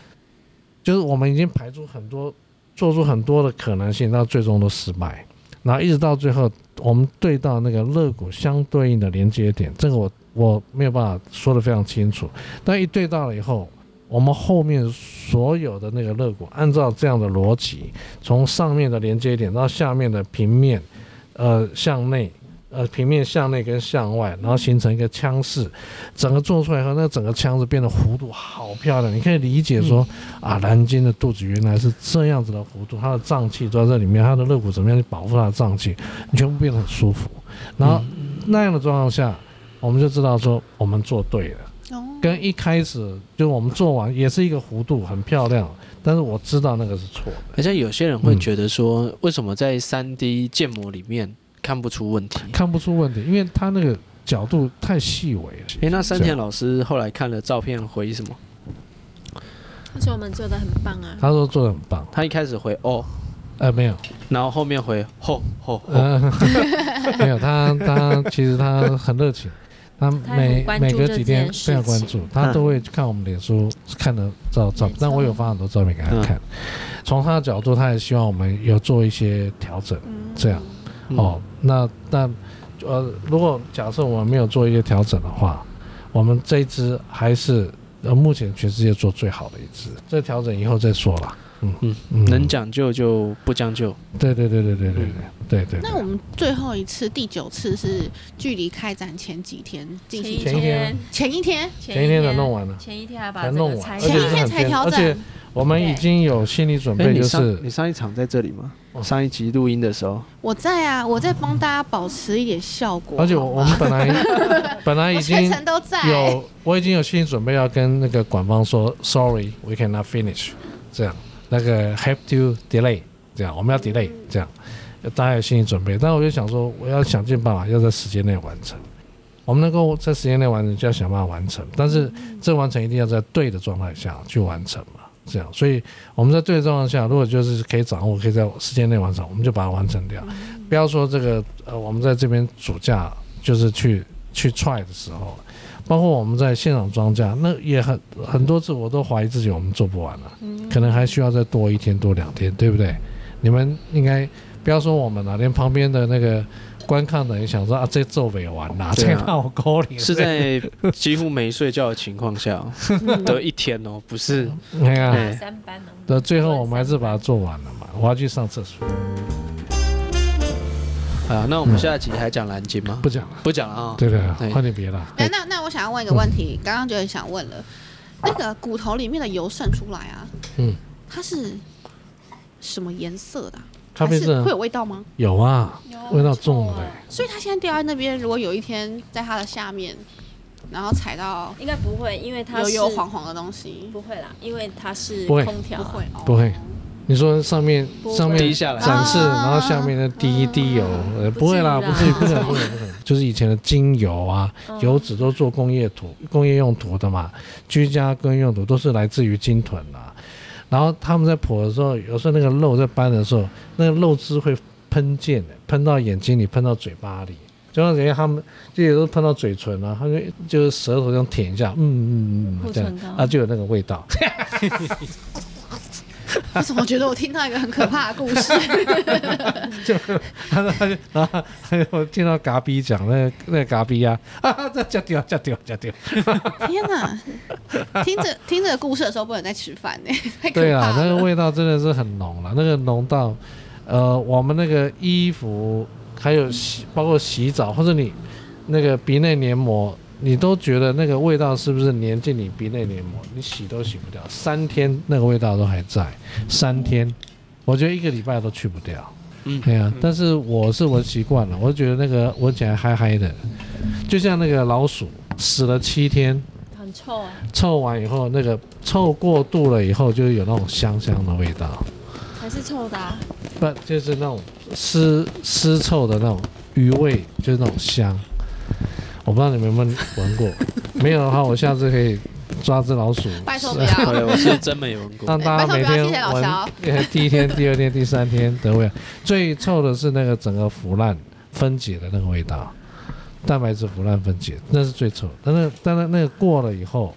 Speaker 2: 就是我们已经排除很多，做出很多的可能性，到最终都失败。然后一直到最后，我们对到那个肋骨相对应的连接点，这个我我没有办法说的非常清楚，但一对到了以后，我们后面所有的那个肋骨，按照这样的逻辑，从上面的连接点到下面的平面，呃，向内。呃，平面向内跟向外，然后形成一个腔室，整个做出来以后，那整个腔室变得弧度好漂亮。你可以理解说，啊，蓝鲸的肚子原来是这样子的弧度，它的脏器都在这里面，它的肋骨怎么样去保护它的脏器，你全部变得很舒服。然后那样的状况下，我们就知道说我们做对了。
Speaker 3: 哦
Speaker 2: 跟一开始就是我们做完也是一个弧度，很漂亮，但是我知道那个是错的。
Speaker 1: 而且有些人会
Speaker 2: 嗯
Speaker 1: 觉得说，为什么在三 D 建模里面看不出问题？
Speaker 2: 看不出问题，因为它那个角度太细微了。
Speaker 1: 哎，那山
Speaker 2: 这
Speaker 1: 田
Speaker 2: 样
Speaker 1: 老师后来看了照片回什么？
Speaker 4: 而且我们做的很棒啊，
Speaker 2: 他说做的很棒，
Speaker 1: 他一开始回哦，
Speaker 2: 呃，没有，
Speaker 1: 然后后面回吼吼吼，
Speaker 2: 呃， 没有，他他其实他很热情，他
Speaker 4: 他很
Speaker 2: 每
Speaker 4: 关注
Speaker 2: 每隔
Speaker 4: 这
Speaker 2: 几天
Speaker 4: 件事
Speaker 2: 非常关
Speaker 4: 情
Speaker 2: 注，
Speaker 1: 嗯
Speaker 2: 他都会去看我们脸书看的照照片
Speaker 4: 没，
Speaker 2: 但我有
Speaker 4: 错
Speaker 2: 发很多照片给
Speaker 1: 嗯
Speaker 2: 他看。从他的角度，他也希望我们有做一些调整，这样。
Speaker 1: 嗯
Speaker 2: 哦，那那呃，如果假设我们没有做一些调整的话，我们这一支还是呃目前全世界做最好的一支。这调整以后再说啦。嗯
Speaker 1: 嗯
Speaker 2: 嗯
Speaker 1: 能将就就不将就。
Speaker 2: 对对对对对对
Speaker 4: 嗯
Speaker 2: 对对对对。
Speaker 3: 那我们最后一次第九次是距离开展前几天进
Speaker 4: 前
Speaker 3: 行
Speaker 4: 一
Speaker 2: 前一
Speaker 4: 天
Speaker 2: 天啊
Speaker 3: 前一天，
Speaker 2: 前一天的弄，完了，
Speaker 4: 前一天还把
Speaker 2: 才
Speaker 4: 这
Speaker 2: 弄
Speaker 4: 个
Speaker 2: 完，
Speaker 4: 拆
Speaker 2: 而
Speaker 4: 下
Speaker 2: 且
Speaker 3: 前
Speaker 2: 是
Speaker 3: 一
Speaker 4: 来，
Speaker 3: 天
Speaker 2: 很
Speaker 3: 才
Speaker 2: 艰，
Speaker 3: 调
Speaker 2: 而且
Speaker 3: 整
Speaker 2: 我们已经有心理准
Speaker 1: 哎，
Speaker 2: 备，
Speaker 1: 你
Speaker 2: 就
Speaker 1: 上
Speaker 2: 是
Speaker 1: 你上一场在这里吗？
Speaker 2: 哦
Speaker 1: 上一集录音的时候，
Speaker 3: 我在啊，我在帮大家保持一点效果。
Speaker 2: 而且我
Speaker 3: 好吗
Speaker 2: 我们本 来本来已
Speaker 3: 我
Speaker 2: 经
Speaker 3: 全程都在，
Speaker 2: 有，我已经有心理准备要跟那个馆方说，sorry，we cannot finish，这样，那个 have to delay，这样，我们要 delay，这样，大家有心理准备。但我就想说，我要想尽办法要在时间内完成。我们能够在时间内完成，就要想办法完成。但是这完成一定要在对的状态下去完成嘛，这样。所以我们在对的状态下，如果就是可以掌握，可以在时间内完成，我们就把它完成掉。不要说这个呃，我们在这边主驾就是去去 try 的时候，包括我们在现场装架，那也很很多次我都怀疑自己我们做不完了，可能还需要再多一天多两天，对不对？你们应该不要说我们了，连旁边的那个观看的也想说啊，这做没完啦，
Speaker 1: 对
Speaker 2: 这
Speaker 1: 啊
Speaker 2: 把我勾里
Speaker 1: 是在几乎没睡觉的情况下 哦，得一天哦，不是
Speaker 2: 哎呀，
Speaker 1: 哎
Speaker 4: 三班呢。
Speaker 2: 那最后我们还是把它做完了嘛，我要去上厕所。
Speaker 1: 啊，那我们下一集还讲蓝鲸吗？
Speaker 2: 不讲了，
Speaker 1: 不讲了啊。
Speaker 2: 对对
Speaker 1: 对，
Speaker 2: 换点别的。
Speaker 3: 那那那我想要问一个问
Speaker 2: 嗯
Speaker 3: 题，刚刚就很想问了，那个骨头里面的油渗出来啊，
Speaker 2: 嗯，
Speaker 3: 它是什么颜色的啊？
Speaker 2: 咖啡
Speaker 3: 还是
Speaker 2: 色
Speaker 3: 会有味道吗？
Speaker 2: 有啊，味道重了、
Speaker 4: 啊
Speaker 3: 所以它现在掉在那边，如果有一天在它的下面，然后踩到
Speaker 4: 应该不会，因为它
Speaker 3: 油
Speaker 4: 是
Speaker 3: 油黄黄的东西，
Speaker 4: 不会啦，因为它是
Speaker 2: 不会
Speaker 4: 空调
Speaker 3: 不
Speaker 4: 啊，
Speaker 3: 会哦，
Speaker 2: 不会你说上面
Speaker 4: 不会
Speaker 2: 上面
Speaker 1: 滴下来
Speaker 2: 展示，
Speaker 3: 啊
Speaker 2: 然后下面的滴一滴油，呃，不会啦，
Speaker 4: 不
Speaker 2: 不至
Speaker 4: 至
Speaker 2: 于，
Speaker 4: 于啦
Speaker 2: 不可能，不可能，不可能。就是以前的精油啊，
Speaker 4: 嗯
Speaker 2: 油脂都做工业途、工业用途的嘛，居家跟用途都是来自于鲸豚啊。然后他们在剖的时候，有时候那个肉在搬的时候，那个肉汁会喷溅的，喷到眼睛里，喷到嘴巴里。就像人家他们，这些都喷到嘴唇啊，他们就就是舌头这样舔一下，嗯嗯嗯
Speaker 4: 护
Speaker 2: 嗯，这样
Speaker 4: 唇膏
Speaker 2: 啊就有那个味道。
Speaker 3: 我怎么觉得我听到一个很可怕的故 事？
Speaker 2: 他就 他就然后他就听到嘎逼讲那个那个嘎逼 啊，啊这叫掉叫掉叫掉，
Speaker 3: 天哪！听着听这个故事的时候不能再吃饭呢， 太可
Speaker 2: 对啊，
Speaker 3: 怕
Speaker 2: 那个
Speaker 3: 了。
Speaker 2: 味道真的是很浓了，那个浓到呃我们那个衣服还有洗包括洗澡或者你那个鼻内黏膜，你都觉得那个味道是不是粘进你鼻内黏膜，你洗都洗不掉，三天那个味道都还在，三天，我觉得一个礼拜都去不掉。
Speaker 1: 嗯，
Speaker 2: 对啊，但是我是闻习惯了，我就觉得那个闻起来嗨嗨的，就像那个老鼠死了七天，
Speaker 4: 很臭啊，
Speaker 2: 臭完以后，那个臭过度了以后，就有那种香香的味道，
Speaker 4: 还是臭的、啊。
Speaker 2: 不就是那种尸尸臭的那种余味，就是那种香。我不知道你们有没有闻过，没有的话，我下次可以抓只老鼠，
Speaker 3: 拜托
Speaker 2: 是
Speaker 3: 不 要，哎
Speaker 1: 对，我是真没闻过。
Speaker 2: 让大家每天
Speaker 3: 拜托不要谢谢老
Speaker 2: 闻
Speaker 3: 乔
Speaker 2: 呃 第一天、第二天、第三天的味道。最臭的是那个整个腐烂分解的那个味道，蛋白质腐烂分解，那是最臭的。但那但那那个过了以后，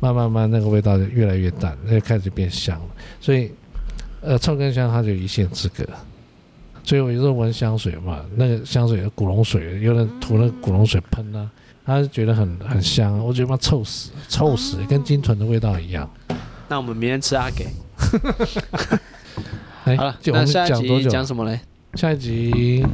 Speaker 2: 慢慢慢那个味道就越来越淡，那就开始变香了。所以，呃，臭跟香它就有一线之隔。所以我有时候闻香水嘛，那个香水古龙水，有人涂那个古龙水喷啊，他就觉得很很香，我觉得妈臭死，臭死，
Speaker 1: 啊
Speaker 2: 跟金豚的味道一样。
Speaker 1: 那我们明天吃阿给。
Speaker 2: 哎
Speaker 1: 好了，，
Speaker 2: 就我
Speaker 1: 那
Speaker 2: 们
Speaker 1: 下一
Speaker 2: 讲多
Speaker 1: 集
Speaker 2: 久啊？
Speaker 1: 讲什么嘞？
Speaker 2: 下一集，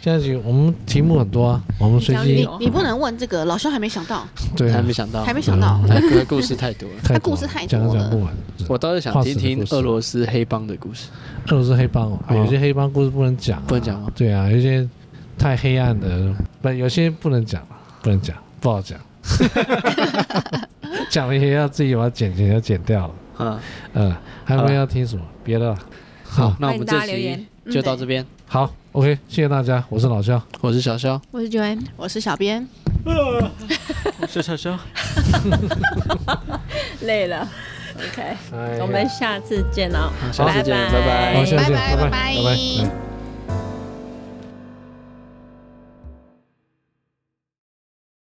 Speaker 2: 下一集我们题目很多啊，我们随
Speaker 4: 讲旅
Speaker 2: 机
Speaker 4: 游
Speaker 3: 你不能问这个，老师还没想到，
Speaker 2: 对啊嗯
Speaker 1: 还没想到，
Speaker 3: 还没想到。
Speaker 1: 哎故故事太多 了。
Speaker 2: 太
Speaker 3: 他
Speaker 2: 多
Speaker 3: 故事太多
Speaker 2: 讲都
Speaker 3: 了
Speaker 2: 讲不完。
Speaker 1: 我倒是想听听俄罗斯黑帮的故事。
Speaker 2: 俄罗斯黑帮哦，啊
Speaker 1: 哦
Speaker 2: 有些黑帮故事不能讲啊，
Speaker 1: 不能讲吗
Speaker 2: 对啊，有些太黑暗的，不，有些不能讲啊，不能讲，不 好讲。讲了也要自己把它剪剪要剪掉了，
Speaker 1: 嗯，
Speaker 2: 嗯，还有
Speaker 1: 好
Speaker 2: 没
Speaker 1: 了
Speaker 2: 有要听什么别的了？
Speaker 1: 好，那我
Speaker 4: 欢迎
Speaker 1: 们
Speaker 4: 大
Speaker 1: 这
Speaker 4: 家留言嗯
Speaker 1: 集，就到这边。
Speaker 2: 好，OK，谢谢大家，我是老肖，
Speaker 1: 我是小肖，
Speaker 4: 我是 Joanne。
Speaker 3: 我是小编，
Speaker 5: 笑笑笑。
Speaker 4: 累了，OK，
Speaker 2: 哎呀
Speaker 4: 我们下次见哦，
Speaker 1: 下次见拜拜
Speaker 2: 好，下次见，
Speaker 3: 拜拜
Speaker 2: 拜拜
Speaker 3: 拜拜
Speaker 2: 拜。